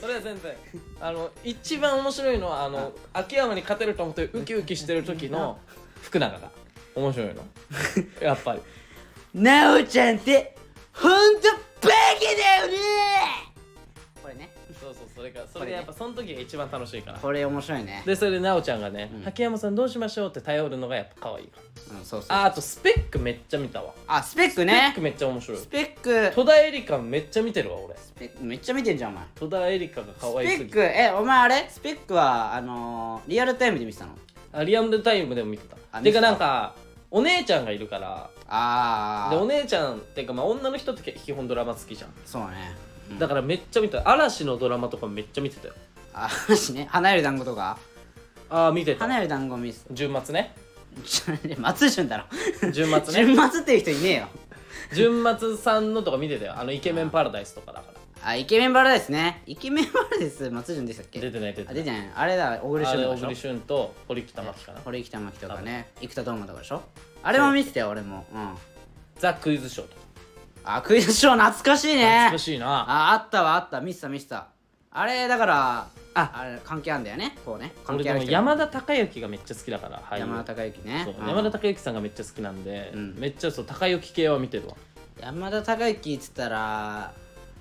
[SPEAKER 2] それは全然あの一番面白いのはあの秋山に勝てると思ってウキウキしてる時の福永が面白い のやっぱり
[SPEAKER 1] なおちゃんってほんとバカだよねこれね
[SPEAKER 2] そうそうそれがそれでやっぱその時が一番楽しいから
[SPEAKER 1] これ面白いね
[SPEAKER 2] でそれで奈緒ちゃんがね
[SPEAKER 1] うん
[SPEAKER 2] 「竹山さんどうしましょう?」って頼るのがやっぱ可愛い
[SPEAKER 1] うんそうそう
[SPEAKER 2] ああとスペックめっちゃ見たわ
[SPEAKER 1] あスペック
[SPEAKER 2] スペッ
[SPEAKER 1] ね
[SPEAKER 2] クめっちゃ面白い
[SPEAKER 1] スペック
[SPEAKER 2] 戸田恵梨香めっちゃ見てるわ俺
[SPEAKER 1] スペックめっちゃ見てんじゃんお前
[SPEAKER 2] 戸田恵梨香が可愛
[SPEAKER 1] スペ
[SPEAKER 2] すぎ
[SPEAKER 1] ッ
[SPEAKER 2] て
[SPEAKER 1] クえお前あれスペックはあのーリアルタイムで見てたの
[SPEAKER 2] あリアムタイムでも見てた
[SPEAKER 1] あ
[SPEAKER 2] て
[SPEAKER 1] 見
[SPEAKER 2] か
[SPEAKER 1] てた
[SPEAKER 2] なんかお姉ちゃんがいるから
[SPEAKER 1] あ
[SPEAKER 2] でお
[SPEAKER 1] あ
[SPEAKER 2] 姉ちゃんっていうかまあ女の人って基本ドラマ好きじゃん
[SPEAKER 1] そうねうん
[SPEAKER 2] だからめっちゃ見てた嵐のドラマとかめっちゃ見てたよ
[SPEAKER 1] あ話ね花より団子とか
[SPEAKER 2] ああ見てた
[SPEAKER 1] 花より団子見せ
[SPEAKER 2] 純末 ね
[SPEAKER 1] て松潤だろ
[SPEAKER 2] 純末ね
[SPEAKER 1] 純松っていう人いねえよ
[SPEAKER 2] 純末さんのとか見てたよあのイケメンパラダイスとかだから
[SPEAKER 1] あイケメンバラですねイケメンバラです松潤でしたっけ
[SPEAKER 2] 出てない出て
[SPEAKER 1] あ
[SPEAKER 2] な
[SPEAKER 1] 出
[SPEAKER 2] い
[SPEAKER 1] てないあれだ小栗
[SPEAKER 2] あ
[SPEAKER 1] 旬
[SPEAKER 2] れ
[SPEAKER 1] とか
[SPEAKER 2] 小
[SPEAKER 1] でしょ
[SPEAKER 2] 栗旬と堀北真希かな
[SPEAKER 1] 堀北真希とかね生田斗真とかでしょあれも見てたよ俺もうん
[SPEAKER 2] ザ・クイズショーとか
[SPEAKER 1] あクイズショー懐かしいね
[SPEAKER 2] 懐かしいな
[SPEAKER 1] ああったわあった見せた見せたあれだからああれ関係あんだよねこうね関係
[SPEAKER 2] 俺で
[SPEAKER 1] ある
[SPEAKER 2] も
[SPEAKER 1] 人
[SPEAKER 2] 山田孝之がめっちゃ好きだから俳優
[SPEAKER 1] 山田孝之ね
[SPEAKER 2] そう
[SPEAKER 1] うん
[SPEAKER 2] 山田孝之さんがめっちゃ好きなんで、
[SPEAKER 1] うん
[SPEAKER 2] めっちゃそう孝之系は見てるわ
[SPEAKER 1] 山田孝之っつったら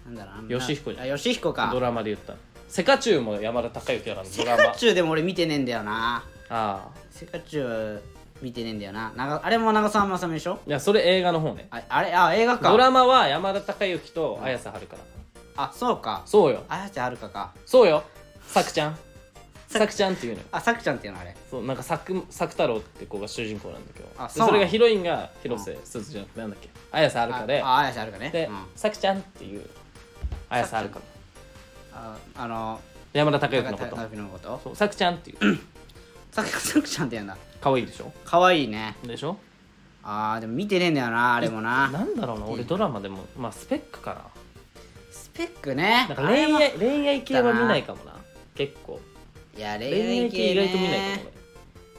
[SPEAKER 1] なんだろうな
[SPEAKER 2] 吉彦じゃん
[SPEAKER 1] あ吉彦か
[SPEAKER 2] ドラマで言ったらセカチュウも山田孝之だからド
[SPEAKER 1] セ
[SPEAKER 2] ラ
[SPEAKER 1] カ
[SPEAKER 2] マ
[SPEAKER 1] チュウでも俺見てねえんだよな
[SPEAKER 2] ああ
[SPEAKER 1] セカチュウ見てねえんだよな長あれも長澤まさみでしょ
[SPEAKER 2] いやそれ映画の方ね
[SPEAKER 1] ああれあ映画か
[SPEAKER 2] ドラマは山田孝之と綾瀬はるかだから
[SPEAKER 1] あそうか
[SPEAKER 2] そうよ
[SPEAKER 1] 綾瀬はるかか
[SPEAKER 2] そうよさくちゃんさくちゃんっていうのよ
[SPEAKER 1] あさくちゃんっていうのあれ
[SPEAKER 2] そうなんかさくさく太郎って子が主人公なんだけど
[SPEAKER 1] あ
[SPEAKER 2] で
[SPEAKER 1] そうなの
[SPEAKER 2] それがヒロインが広瀬すずじゃなくてなんだっけ綾瀬はるかで
[SPEAKER 1] ああ綾瀬はるかね
[SPEAKER 2] で
[SPEAKER 1] うん
[SPEAKER 2] さくちゃんっていう綾瀬はるか
[SPEAKER 1] ああの
[SPEAKER 2] 山田孝
[SPEAKER 1] 高
[SPEAKER 2] 之のこ
[SPEAKER 1] 高
[SPEAKER 2] と
[SPEAKER 1] 木のこと
[SPEAKER 2] そうさくちゃんっていう
[SPEAKER 1] さくさくちゃんっていうんだ
[SPEAKER 2] 可愛いでしょ
[SPEAKER 1] 可愛いね
[SPEAKER 2] でしょ
[SPEAKER 1] あーでも見てねえんだよなあれもな
[SPEAKER 2] なんだろうな俺ドラマでもまあスペックかな
[SPEAKER 1] スペックね
[SPEAKER 2] なんか
[SPEAKER 1] あれ
[SPEAKER 2] 恋
[SPEAKER 1] も
[SPEAKER 2] 愛恋愛系は見ないかもな結構
[SPEAKER 1] いや恋
[SPEAKER 2] 恋愛
[SPEAKER 1] 愛
[SPEAKER 2] 系
[SPEAKER 1] 系
[SPEAKER 2] 意
[SPEAKER 1] ね
[SPEAKER 2] 外と見ないかも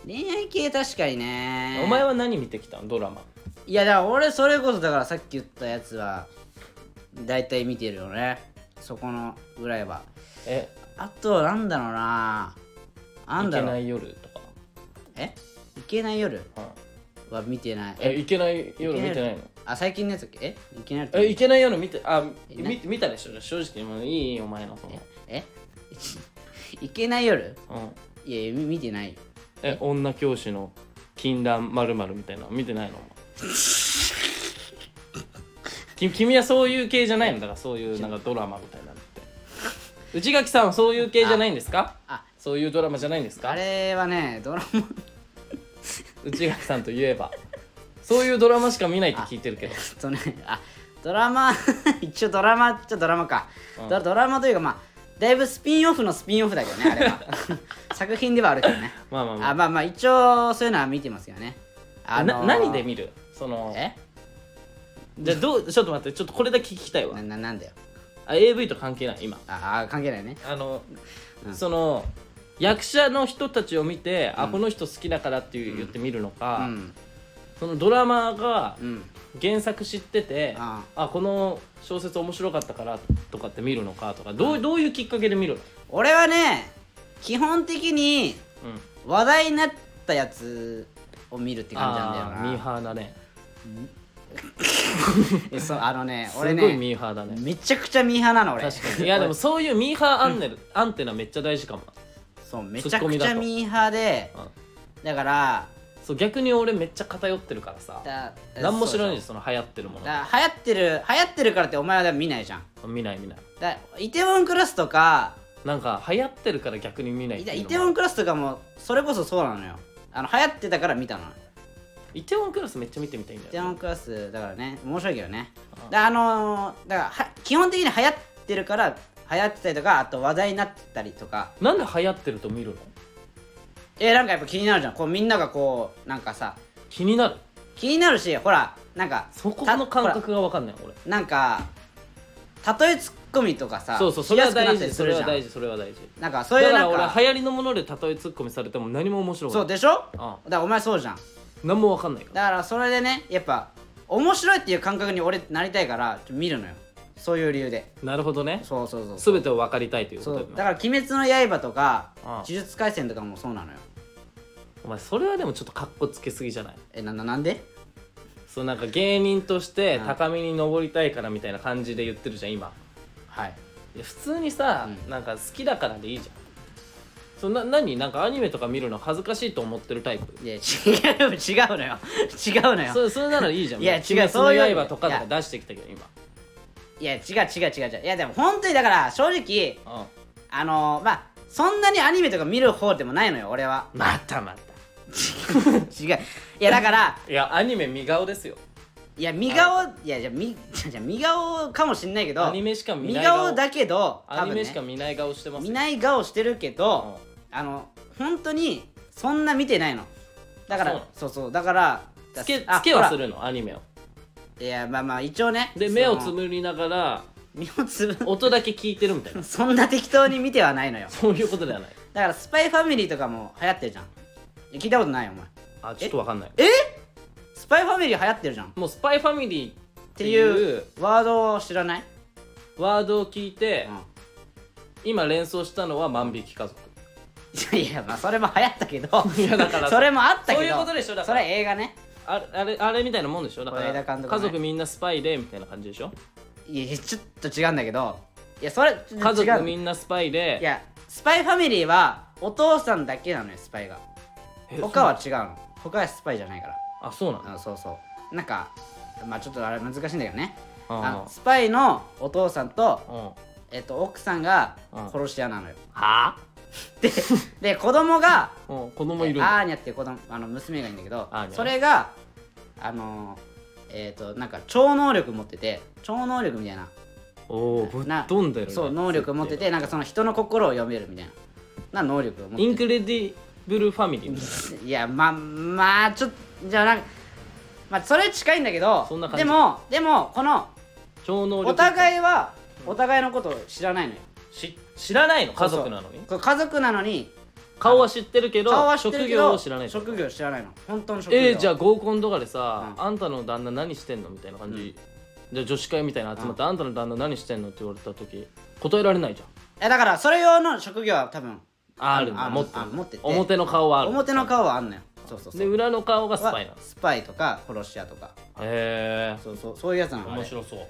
[SPEAKER 1] 恋愛系確かにね
[SPEAKER 2] 俺お前は何見てきたのドラマ
[SPEAKER 1] いやだから俺それこそだからさっき言ったやつは大体見てるよねそこのぐらいは
[SPEAKER 2] え
[SPEAKER 1] あとなんだろうななん
[SPEAKER 2] い
[SPEAKER 1] だ
[SPEAKER 2] け
[SPEAKER 1] ろ
[SPEAKER 2] な
[SPEAKER 1] う
[SPEAKER 2] い夜とか
[SPEAKER 1] えいけない夜
[SPEAKER 2] うん
[SPEAKER 1] は見てない
[SPEAKER 2] えいけない夜見てないの
[SPEAKER 1] あ最近のやつだっけえいけない
[SPEAKER 2] え
[SPEAKER 1] 夜
[SPEAKER 2] いけない夜見てあ
[SPEAKER 1] えな
[SPEAKER 2] 見見たでしょ正直もういいお前のその
[SPEAKER 1] え いけない夜
[SPEAKER 2] うん
[SPEAKER 1] いやみ見てないよ
[SPEAKER 2] え女教師の禁断まるみたいなの見てないのお前き君はそういう系じゃないのだからそういうなんかドラマみたいなのって内垣さんはそういう系じゃないんですか
[SPEAKER 1] あ
[SPEAKER 2] そういうドラマじゃないんです
[SPEAKER 1] あ
[SPEAKER 2] か
[SPEAKER 1] れはねドラマ
[SPEAKER 2] 内垣さんといえばそういうドラマしか見ないって聞いてるけど
[SPEAKER 1] えっとねあドラマ 一応ドラマっちゃドラマか、
[SPEAKER 2] うん
[SPEAKER 1] ドドラマというかまあだいぶスピンオフのスピンオフだけどねあれは 作品ではあるけどね
[SPEAKER 2] まあまあまあ
[SPEAKER 1] あまあまあ一応そういうのは見てますよねあのー
[SPEAKER 2] な何で見るその
[SPEAKER 1] え
[SPEAKER 2] じゃあどうちょっと待ってちょっとこれだけ聞きたいわ
[SPEAKER 1] なななんだよ
[SPEAKER 2] あ AV と関係ない今
[SPEAKER 1] ああ関係ないね
[SPEAKER 2] あの、
[SPEAKER 1] うん
[SPEAKER 2] その役者の人たちを見て、あ
[SPEAKER 1] うん
[SPEAKER 2] この人好きだからっていう言って見るの
[SPEAKER 1] う
[SPEAKER 2] か、
[SPEAKER 1] ん
[SPEAKER 2] そのドラマが
[SPEAKER 1] うん
[SPEAKER 2] 原作知ってて、
[SPEAKER 1] あ
[SPEAKER 2] あこの小説面白かったからとかって見るのかとかどう,、どういうきっかけで見るの、
[SPEAKER 1] 俺はね基本的に
[SPEAKER 2] うん、
[SPEAKER 1] 話題になったやつを見るって感じなんだよ
[SPEAKER 2] あーミー
[SPEAKER 1] な
[SPEAKER 2] ハーだね
[SPEAKER 1] えそうあの ね
[SPEAKER 2] すご
[SPEAKER 1] 俺
[SPEAKER 2] い
[SPEAKER 1] ね
[SPEAKER 2] ミーハーだね
[SPEAKER 1] めちゃくちゃミーハーなの俺
[SPEAKER 2] 確かにいやでもそういうミーハーアンネル、アンテナめっちゃ大事かも、
[SPEAKER 1] そうめ
[SPEAKER 2] ツ
[SPEAKER 1] ちゃ
[SPEAKER 2] ッコミ
[SPEAKER 1] くち
[SPEAKER 2] だ
[SPEAKER 1] ゃ
[SPEAKER 2] と
[SPEAKER 1] ミーハーで
[SPEAKER 2] うん
[SPEAKER 1] だから
[SPEAKER 2] そう逆に俺めっちゃ偏ってるからさ
[SPEAKER 1] だ
[SPEAKER 2] 何も知らない
[SPEAKER 1] で
[SPEAKER 2] ですすその流行ってるもの
[SPEAKER 1] だ流行ってる流行ってるからってお前はでも見ないじゃん
[SPEAKER 2] 見ない見ない
[SPEAKER 1] だイテウォンクラスとか
[SPEAKER 2] なんか流行ってるから逆に見ない
[SPEAKER 1] イ
[SPEAKER 2] って
[SPEAKER 1] テ
[SPEAKER 2] いう
[SPEAKER 1] イ
[SPEAKER 2] の
[SPEAKER 1] テウ
[SPEAKER 2] も
[SPEAKER 1] ォ
[SPEAKER 2] ある
[SPEAKER 1] ンクラスとかもそれこそそうなのよあの流行ってたから見たのイ
[SPEAKER 2] イテウォンクラスめっちゃ見てみたいんだ
[SPEAKER 1] テウ
[SPEAKER 2] よ、
[SPEAKER 1] ォン
[SPEAKER 2] ね、
[SPEAKER 1] クラスだからね面白いけどね
[SPEAKER 2] あ
[SPEAKER 1] だあのーだからは基本的に流行ってるから流行ってたりとかあと話題になってたりとか
[SPEAKER 2] なんで流行ってると見るの
[SPEAKER 1] えなんかやっぱ気になるじゃんこうみんながこうなんかさ
[SPEAKER 2] 気になる
[SPEAKER 1] 気になるしほらなんか
[SPEAKER 2] そこ
[SPEAKER 1] た
[SPEAKER 2] の感覚が分かんない俺
[SPEAKER 1] なんか例えツッコミとかさ
[SPEAKER 2] そうそうそれは
[SPEAKER 1] しやすくな
[SPEAKER 2] 大
[SPEAKER 1] ったりす
[SPEAKER 2] 事それ
[SPEAKER 1] るじ
[SPEAKER 2] は
[SPEAKER 1] ゃん
[SPEAKER 2] 大事それは大事
[SPEAKER 1] なんかそうい
[SPEAKER 2] だ
[SPEAKER 1] う
[SPEAKER 2] か
[SPEAKER 1] な
[SPEAKER 2] ら
[SPEAKER 1] んか
[SPEAKER 2] 俺流行りのもので例えツッコミされても何も面白くない
[SPEAKER 1] そうでしょだか
[SPEAKER 2] あ
[SPEAKER 1] らお前そうじゃん
[SPEAKER 2] 何も分かんないから
[SPEAKER 1] だからそれでねやっぱ面白いっていう感覚に俺なりたいからちょっと見るのよそういう理由で
[SPEAKER 2] なるほどね
[SPEAKER 1] そうそうそう
[SPEAKER 2] 全てを分かりたいというこ
[SPEAKER 1] そう
[SPEAKER 2] とだ
[SPEAKER 1] だ
[SPEAKER 2] よね
[SPEAKER 1] から「鬼滅の刃」とか「
[SPEAKER 2] ああ
[SPEAKER 1] 呪術廻戦」とかもそうなのよ
[SPEAKER 2] お前それはでもちょっとかっこつけすぎじゃない
[SPEAKER 1] えなななんで
[SPEAKER 2] そうなんか芸人として
[SPEAKER 1] うん
[SPEAKER 2] 高みに登りたいからみたいな感じで言ってるじゃん今
[SPEAKER 1] はい
[SPEAKER 2] いや普通にさ、
[SPEAKER 1] うん
[SPEAKER 2] なんか好きだからでいいじゃんそんな何なんかアニメとか見るの恥ずかしいと思ってるタイプ
[SPEAKER 1] いや違う違うのよ 違うのよ
[SPEAKER 2] そそ れならいいじゃん
[SPEAKER 1] いや
[SPEAKER 2] 別に
[SPEAKER 1] 違うそういう
[SPEAKER 2] 鬼滅の刃とかとか
[SPEAKER 1] い
[SPEAKER 2] 出してきたけど今
[SPEAKER 1] いや違う違う違う違ういやでも本当にだから正直
[SPEAKER 2] う
[SPEAKER 1] あのーまあそんなにアニメとか見る方でもないのよ俺は
[SPEAKER 2] んまたまた
[SPEAKER 1] 違ういやだから
[SPEAKER 2] いやアニメ見顔ですよ
[SPEAKER 1] いや身顔いやじゃあみじゃあ身顔かもしんないけど
[SPEAKER 2] アニメしか見
[SPEAKER 1] 身
[SPEAKER 2] ない
[SPEAKER 1] 顔だけど
[SPEAKER 2] ア
[SPEAKER 1] 多
[SPEAKER 2] ニ
[SPEAKER 1] 分、
[SPEAKER 2] メしか
[SPEAKER 1] ね、
[SPEAKER 2] 見ない顔してます
[SPEAKER 1] 見
[SPEAKER 2] よ
[SPEAKER 1] ない顔してるけど、あの本当にそんな見てないのだから
[SPEAKER 2] あ
[SPEAKER 1] そうそうだから
[SPEAKER 2] つけつ
[SPEAKER 1] あ
[SPEAKER 2] けは
[SPEAKER 1] ほ
[SPEAKER 2] す
[SPEAKER 1] ら
[SPEAKER 2] るのアニメを
[SPEAKER 1] いやまあまあ一応ね
[SPEAKER 2] で
[SPEAKER 1] その
[SPEAKER 2] 目をつむりながら
[SPEAKER 1] 目をつぶ
[SPEAKER 2] 音だけ聞いてるみ たいな
[SPEAKER 1] そんな適当に見てはないのよ
[SPEAKER 2] そういうことではない
[SPEAKER 1] だからスパイファミリーとかも流行ってるじゃんえ聞いたことないよお前
[SPEAKER 2] あちょっとわかんない
[SPEAKER 1] スパイファミリー流行ってるじゃんっ
[SPEAKER 2] もうスパイファミリーって
[SPEAKER 1] てい
[SPEAKER 2] いう
[SPEAKER 1] うワードを知らない、
[SPEAKER 2] ワードを聞いて、
[SPEAKER 1] う
[SPEAKER 2] 今連想したのは万引き家族
[SPEAKER 1] ん、いやいやまあそれも流行ったけど
[SPEAKER 2] いやだから
[SPEAKER 1] それもあったけど
[SPEAKER 2] そういうことでしょだ
[SPEAKER 1] そ
[SPEAKER 2] から
[SPEAKER 1] れ映画ね
[SPEAKER 2] あれあれあれみたいなもんでしょだから
[SPEAKER 1] 是枝監督ね
[SPEAKER 2] 家族みんなスパイでみたいな感じでしょ
[SPEAKER 1] いやいやちょっと違うんだけどいやそれちょっと
[SPEAKER 2] 家
[SPEAKER 1] 違う
[SPEAKER 2] 族みんなスパイ
[SPEAKER 1] い
[SPEAKER 2] で
[SPEAKER 1] やスパイファミリーはお父さんだけなのよスパイが
[SPEAKER 2] え
[SPEAKER 1] 他は違うの他はスパイじゃないから
[SPEAKER 2] あそうなの
[SPEAKER 1] あそうそうなんかまあちょっとあれ難しいんだけどねあ
[SPEAKER 2] あ
[SPEAKER 1] のスパイのお父さんと、
[SPEAKER 2] うんは
[SPEAKER 1] えっと、奥さんが
[SPEAKER 2] うん
[SPEAKER 1] 殺し屋なのよ
[SPEAKER 2] あ
[SPEAKER 1] でで子供が
[SPEAKER 2] うん子供
[SPEAKER 1] え
[SPEAKER 2] いるん
[SPEAKER 1] ア
[SPEAKER 2] だ
[SPEAKER 1] ーニャっていう子供あの娘がいるんだけど
[SPEAKER 2] アーニャね
[SPEAKER 1] それがあのえっ、となんか超能力持ってて超能力みたいな
[SPEAKER 2] おおぶっ
[SPEAKER 1] な
[SPEAKER 2] 飛んでるね
[SPEAKER 1] そう能力持っててなんかその人の心を読めるみたいなな能力を持ってて
[SPEAKER 2] インクレディブルファミリーみたいない
[SPEAKER 1] やまあまあちょっとじゃあなんかまあそれ近いんだけど
[SPEAKER 2] そんな感
[SPEAKER 1] で
[SPEAKER 2] じ
[SPEAKER 1] もでもこの
[SPEAKER 2] 超能力
[SPEAKER 1] お互いはお互いのことを知らないのよ
[SPEAKER 2] し知らないの家族なのに
[SPEAKER 1] そう家族なのに
[SPEAKER 2] 顔は知ってるけど
[SPEAKER 1] 顔は知ってる
[SPEAKER 2] 職
[SPEAKER 1] けど
[SPEAKER 2] 業を知らない
[SPEAKER 1] 職業知らないの本当の職業
[SPEAKER 2] えー、じゃあ合コンとかでさ、
[SPEAKER 1] うん
[SPEAKER 2] あんたの旦那何してんのみたいな感じ、じゃあ女子会みたいなの集まって、あんたの旦那何してんのって言われた時答えられないじゃん
[SPEAKER 1] えだからそれ用の職業は多分
[SPEAKER 2] あるんだ
[SPEAKER 1] あ
[SPEAKER 2] 持って
[SPEAKER 1] あ
[SPEAKER 2] る
[SPEAKER 1] 持ってて
[SPEAKER 2] 表の顔はある
[SPEAKER 1] 表の顔はあんのよそうそうそう
[SPEAKER 2] で裏の顔がス
[SPEAKER 1] は
[SPEAKER 2] パイなの
[SPEAKER 1] スパイとか殺し屋とか
[SPEAKER 2] へ
[SPEAKER 1] そうそうそういうやつな
[SPEAKER 2] え
[SPEAKER 1] のあれ
[SPEAKER 2] 面白そう
[SPEAKER 1] だか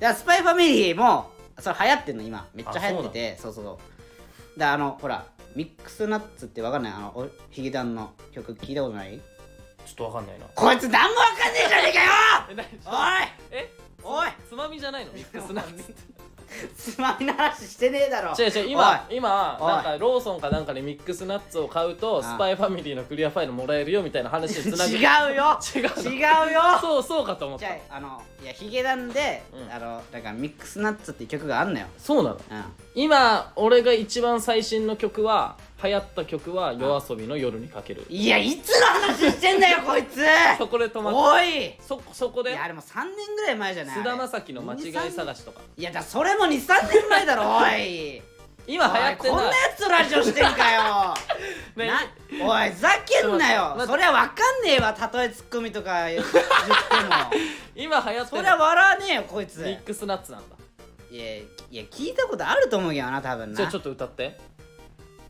[SPEAKER 1] らスパイファミリーもそれ流行ってんの今めっちゃ流行っててそうそうそうだからあのほらミックスナッツってわかんないあのおヒゲダンの曲聞いたことない
[SPEAKER 2] ちょっとわかんないな
[SPEAKER 1] こいつ何もわかんねえじゃね
[SPEAKER 2] え
[SPEAKER 1] え
[SPEAKER 2] な
[SPEAKER 1] かよ
[SPEAKER 2] え
[SPEAKER 1] おいおい
[SPEAKER 2] つまみじゃないのミックスナッツ
[SPEAKER 1] つまみの話してねえだろ
[SPEAKER 2] 違う違う今今
[SPEAKER 1] おい
[SPEAKER 2] なんかローソンかなんかでミックスナッツを買うとスパイファミリーのクリアファイルもらえるよみたいな話
[SPEAKER 1] お
[SPEAKER 2] に
[SPEAKER 1] い
[SPEAKER 2] つな ぐ
[SPEAKER 1] 違うよ
[SPEAKER 2] 違うの
[SPEAKER 1] 違うよ
[SPEAKER 2] そうそうかと思っ
[SPEAKER 1] じ
[SPEAKER 2] た
[SPEAKER 1] ゃああのいやヒゲダンで、
[SPEAKER 2] うん
[SPEAKER 1] あのだからミックスナッツって曲があんのよ
[SPEAKER 2] そうなの
[SPEAKER 1] うん
[SPEAKER 2] 今俺が一番最新の曲は流行った曲は夜遊びの夜にかける
[SPEAKER 1] いやいつの話してん だよこいつ
[SPEAKER 2] そこで止まっ
[SPEAKER 1] おい
[SPEAKER 2] てそそこ
[SPEAKER 1] い
[SPEAKER 2] で
[SPEAKER 1] やあれもう3年ぐらい前じゃない
[SPEAKER 2] 菅田将暉の間違い
[SPEAKER 1] さ
[SPEAKER 2] 探しとか
[SPEAKER 1] いやだからそれも23年前だろおい
[SPEAKER 2] 今流行って
[SPEAKER 1] おいこんな
[SPEAKER 2] な
[SPEAKER 1] や
[SPEAKER 2] い
[SPEAKER 1] つとラジオしてんかよ
[SPEAKER 2] ね
[SPEAKER 1] なおいふざけんなよ
[SPEAKER 2] ちょっと待って
[SPEAKER 1] そりゃわかんねえわたとえツッコミとか言っても
[SPEAKER 2] 今流行って
[SPEAKER 1] そ
[SPEAKER 2] る
[SPEAKER 1] りゃ笑わねえよこいつ
[SPEAKER 2] ミックスナッツなんだ
[SPEAKER 1] いやいや聞いたことあると思うけどな多分
[SPEAKER 2] じゃあ
[SPEAKER 1] な
[SPEAKER 2] ちょっと歌って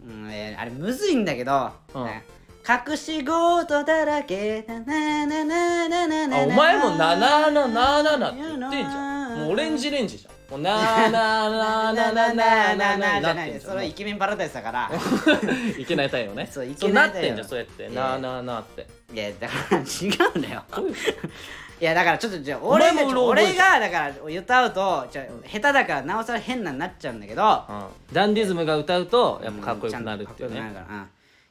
[SPEAKER 1] うんえーあれむずいんだけど、
[SPEAKER 2] うん
[SPEAKER 1] ね隠し事だらけななななななな
[SPEAKER 2] あお前も「なななななな」って言ってんじゃんもうオレンジレンジじゃんもう「なななななななな」
[SPEAKER 1] じゃ
[SPEAKER 2] なっ
[SPEAKER 1] ない
[SPEAKER 2] てん
[SPEAKER 1] です
[SPEAKER 2] じゃ
[SPEAKER 1] そ
[SPEAKER 2] んも
[SPEAKER 1] れイケメンパラダイスだから
[SPEAKER 2] ういけない太陽ね
[SPEAKER 1] そういけない太陽
[SPEAKER 2] うなってんじゃんそうやって「
[SPEAKER 1] ええ
[SPEAKER 2] ななな」って
[SPEAKER 1] いやだから違うんだよ
[SPEAKER 2] どういうこ
[SPEAKER 1] いやだからちょっとじゃあ
[SPEAKER 2] お前
[SPEAKER 1] 俺が
[SPEAKER 2] もうろ覚え
[SPEAKER 1] 俺がだから歌うとちょ下手だからなおさら変なになっちゃうんだけど
[SPEAKER 2] うんダンディズムが歌うとやっぱかっこよくなるっていう
[SPEAKER 1] ちゃん
[SPEAKER 2] ね
[SPEAKER 1] とかっこよくなるからうんい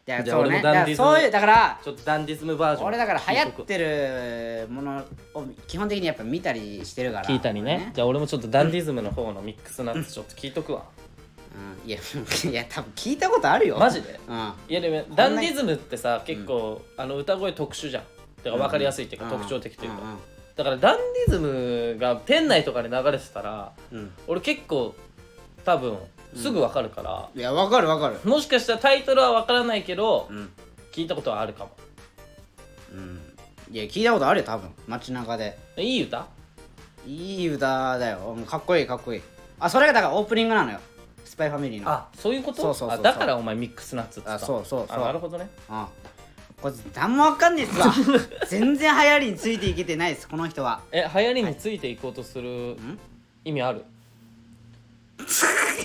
[SPEAKER 2] じ
[SPEAKER 1] や
[SPEAKER 2] ゃあ
[SPEAKER 1] そう
[SPEAKER 2] 俺
[SPEAKER 1] ね
[SPEAKER 2] も
[SPEAKER 1] だ
[SPEAKER 2] ダ
[SPEAKER 1] から
[SPEAKER 2] ンディズム
[SPEAKER 1] そういうだから
[SPEAKER 2] ちょっとダンディズムバージョン
[SPEAKER 1] 俺だから流行ってるものを基本的にやっぱ見たりしてるから
[SPEAKER 2] 聞いたりねじゃあ俺もちょっとダンディズムの方のミックスナッツちょっと聞いとくわ
[SPEAKER 1] うんいやいや多分聞いたことあるよ
[SPEAKER 2] マジで
[SPEAKER 1] うん
[SPEAKER 2] いやでもダンディズムってさ結構あの歌声特殊じゃんてか分かりやすいっていうか特徴的というかだからダンディズムが店内とかで流れてたら
[SPEAKER 1] うんうん
[SPEAKER 2] 俺結構多分すぐ分かるから、
[SPEAKER 1] いやわかるわかる
[SPEAKER 2] もしかしたらタイトルは分からないけど、
[SPEAKER 1] うん
[SPEAKER 2] 聞いたことはあるかも
[SPEAKER 1] うんいや聞いたことあるよ多分街中で
[SPEAKER 2] いい歌
[SPEAKER 1] いい歌だよもうかっこいいかっこいいあそれがだからオープニングなのよスパイファミリーの
[SPEAKER 2] あそういうこと
[SPEAKER 1] そうそうそうそう
[SPEAKER 2] あだからお前ミックスナッツっつった
[SPEAKER 1] あそうそうそう
[SPEAKER 2] あなるほどね
[SPEAKER 1] うんこいつ何もわかんねえっすわ全然流行りについていけてないですこの人は
[SPEAKER 2] え流行りについていこうとする意味ある、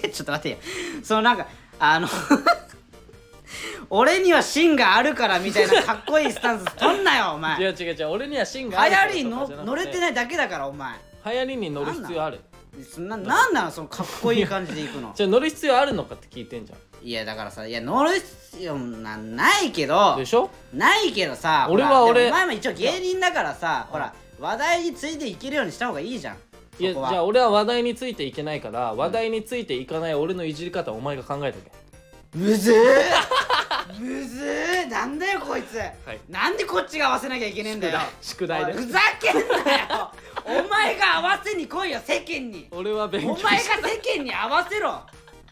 [SPEAKER 1] えちょっと待ってよそのなんかあの 俺には芯があるからみたいなかっこいいスタンス取んなよお前
[SPEAKER 2] 違
[SPEAKER 1] 流
[SPEAKER 2] う違う違う俺には芯があるから
[SPEAKER 1] 行りに
[SPEAKER 2] とか
[SPEAKER 1] の
[SPEAKER 2] じゃく
[SPEAKER 1] 乗れてないだけだからお前
[SPEAKER 2] 流行りに乗る必要ある
[SPEAKER 1] そんななんなのそのかっこいい感じで行くの
[SPEAKER 2] じゃあ乗る必要あるのかって聞いてんじゃ
[SPEAKER 1] いやだからさいや乗る必要なないけど
[SPEAKER 2] んでしょ
[SPEAKER 1] ないけどさ
[SPEAKER 2] 俺は
[SPEAKER 1] ほらでも
[SPEAKER 2] 俺
[SPEAKER 1] お前も一応芸人だからさほら話題についていけるようにした方がいいじゃん
[SPEAKER 2] いや
[SPEAKER 1] そ
[SPEAKER 2] じ
[SPEAKER 1] こは
[SPEAKER 2] ゃあ俺は話題についていけないから話題についていかない俺のいじり方をお前が考えとけ
[SPEAKER 1] むずー むずーなんだよこいつ、
[SPEAKER 2] い
[SPEAKER 1] なんでこっちが合わせなきゃいけねえんだよ
[SPEAKER 2] 宿題宿
[SPEAKER 1] おい
[SPEAKER 2] 題
[SPEAKER 1] ふ
[SPEAKER 2] で
[SPEAKER 1] ざけんなよお前が合わせに来いよ世間に
[SPEAKER 2] 俺は勉
[SPEAKER 1] お
[SPEAKER 2] 強
[SPEAKER 1] 前
[SPEAKER 2] し
[SPEAKER 1] が世間に合わせろ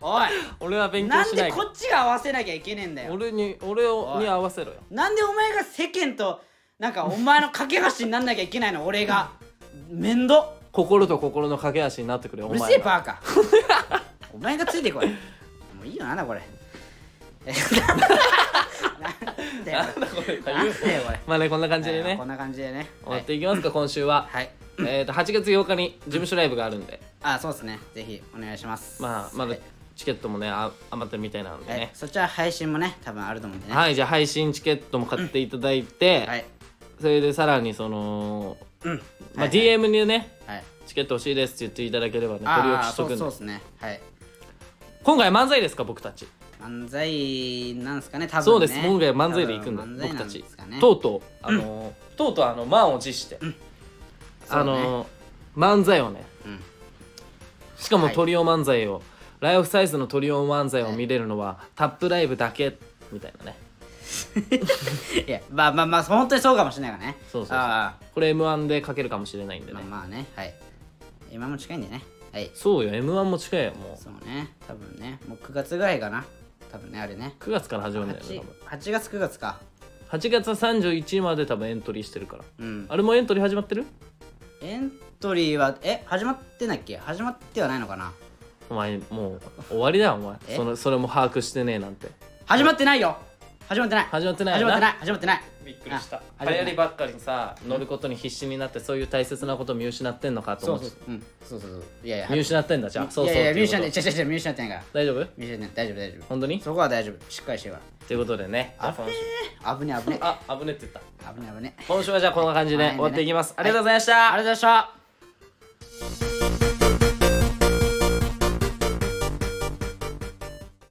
[SPEAKER 1] おい
[SPEAKER 2] 俺は勉強
[SPEAKER 1] なん
[SPEAKER 2] しな
[SPEAKER 1] で
[SPEAKER 2] いか
[SPEAKER 1] こっちが合わせなきゃいけねえんだ
[SPEAKER 2] ら
[SPEAKER 1] よ
[SPEAKER 2] 俺に俺を
[SPEAKER 1] おい
[SPEAKER 2] に合わせろよ
[SPEAKER 1] なんでお前が世間となんかお前の架け橋になんなきゃいけないの俺が面倒
[SPEAKER 2] 心と心の架け橋になってくれよお
[SPEAKER 1] うる
[SPEAKER 2] 前
[SPEAKER 1] せえ
[SPEAKER 2] が
[SPEAKER 1] バカ お前がついてこいもういいよなんだこれ なんだよ
[SPEAKER 2] なんだこれ
[SPEAKER 1] なんだよこれ
[SPEAKER 2] まあねこんな感じで
[SPEAKER 1] えー
[SPEAKER 2] ね
[SPEAKER 1] こんな感じでね
[SPEAKER 2] 終わっていきますか今週は
[SPEAKER 1] はい
[SPEAKER 2] えーと8月8日に事務所ライブがあるんで
[SPEAKER 1] あそうですねぜひお願いします
[SPEAKER 2] まあまだ
[SPEAKER 1] はい
[SPEAKER 2] チケットもねあ余ってるみたいなので
[SPEAKER 1] はい
[SPEAKER 2] ね
[SPEAKER 1] そっちは配信もね多分あると思うんでね
[SPEAKER 2] はいじゃあ配信チケットも買っていただい
[SPEAKER 1] は
[SPEAKER 2] て
[SPEAKER 1] い
[SPEAKER 2] それでさらにその
[SPEAKER 1] うんは
[SPEAKER 2] まあ
[SPEAKER 1] い
[SPEAKER 2] DM にね
[SPEAKER 1] はい
[SPEAKER 2] チケット欲しいですって言っていただければね取り置
[SPEAKER 1] あ
[SPEAKER 2] き
[SPEAKER 1] あ
[SPEAKER 2] しと
[SPEAKER 1] そ
[SPEAKER 2] く
[SPEAKER 1] うんそ
[SPEAKER 2] で
[SPEAKER 1] うですねはい
[SPEAKER 2] 今回漫才ですか僕たち
[SPEAKER 1] 漫才なんですかね多分ね
[SPEAKER 2] そうです今回漫才で行くんだ
[SPEAKER 1] 多分漫
[SPEAKER 2] 僕
[SPEAKER 1] 才な
[SPEAKER 2] た
[SPEAKER 1] ん
[SPEAKER 2] ち
[SPEAKER 1] ですかね
[SPEAKER 2] とうとうあのとうとうあの満を持して
[SPEAKER 1] そうね
[SPEAKER 2] あの漫才をね
[SPEAKER 1] うん
[SPEAKER 2] しかも
[SPEAKER 1] はい
[SPEAKER 2] トリオ漫才をライフサイズのトリオ漫才を見れるのはタップライブだけみたいなね
[SPEAKER 1] いやまあまあまあ本当にそうかもしれないからね
[SPEAKER 2] そうそうそう
[SPEAKER 1] あ
[SPEAKER 2] これ M1 でかけるかもしれないんで
[SPEAKER 1] あ
[SPEAKER 2] ね
[SPEAKER 1] まあまあねはい今も近いんでねはい
[SPEAKER 2] そうよ M1 も近いよも
[SPEAKER 1] そうね多分ねもう9月ぐらいかな多分ねあれね
[SPEAKER 2] う9月から始まるんだよね
[SPEAKER 1] 8,
[SPEAKER 2] 多分
[SPEAKER 1] 8月9月か
[SPEAKER 2] 8月31まで多分エントリーしてるから
[SPEAKER 1] うん
[SPEAKER 2] あれもうエントリー始まってる
[SPEAKER 1] エントリーはえ始まってないっけ始まってはないのかな
[SPEAKER 2] お前もう終わりだよお前
[SPEAKER 1] え
[SPEAKER 2] そのそれも把握してねえなんて
[SPEAKER 1] 始まってないよ始まってない
[SPEAKER 2] 始まってない
[SPEAKER 1] 始
[SPEAKER 2] よ
[SPEAKER 1] まっ
[SPEAKER 2] な
[SPEAKER 1] てない始まってない
[SPEAKER 2] びっくりした
[SPEAKER 1] あ
[SPEAKER 2] 流行りばっかりさ乗ることに必死になってそういう大切なこと見失ってんのかと
[SPEAKER 1] そ
[SPEAKER 2] 思
[SPEAKER 1] う
[SPEAKER 2] っ
[SPEAKER 1] そう
[SPEAKER 2] て
[SPEAKER 1] そううんそうそうそういやいや
[SPEAKER 2] 見失ってんだじゃあそうそう
[SPEAKER 1] いやいや
[SPEAKER 2] と
[SPEAKER 1] ミュ
[SPEAKER 2] い
[SPEAKER 1] ー
[SPEAKER 2] う
[SPEAKER 1] ジシャン
[SPEAKER 2] こと
[SPEAKER 1] でちゃちゃちゃミュージシャンってないから
[SPEAKER 2] 大丈夫
[SPEAKER 1] ミュージシャンってない大丈夫大丈
[SPEAKER 2] 本当に
[SPEAKER 1] 夫そこは大丈夫しっかりしてるか
[SPEAKER 2] ということでねじゃあ今週
[SPEAKER 1] ら危ね危ね
[SPEAKER 2] あ危ねって言った
[SPEAKER 1] 危ね危ね
[SPEAKER 2] 今週はじゃあこんな感じで
[SPEAKER 1] はい
[SPEAKER 2] 終わっていきます、
[SPEAKER 1] は
[SPEAKER 2] あ
[SPEAKER 1] い
[SPEAKER 2] りがとうございました、
[SPEAKER 1] ありがとうございました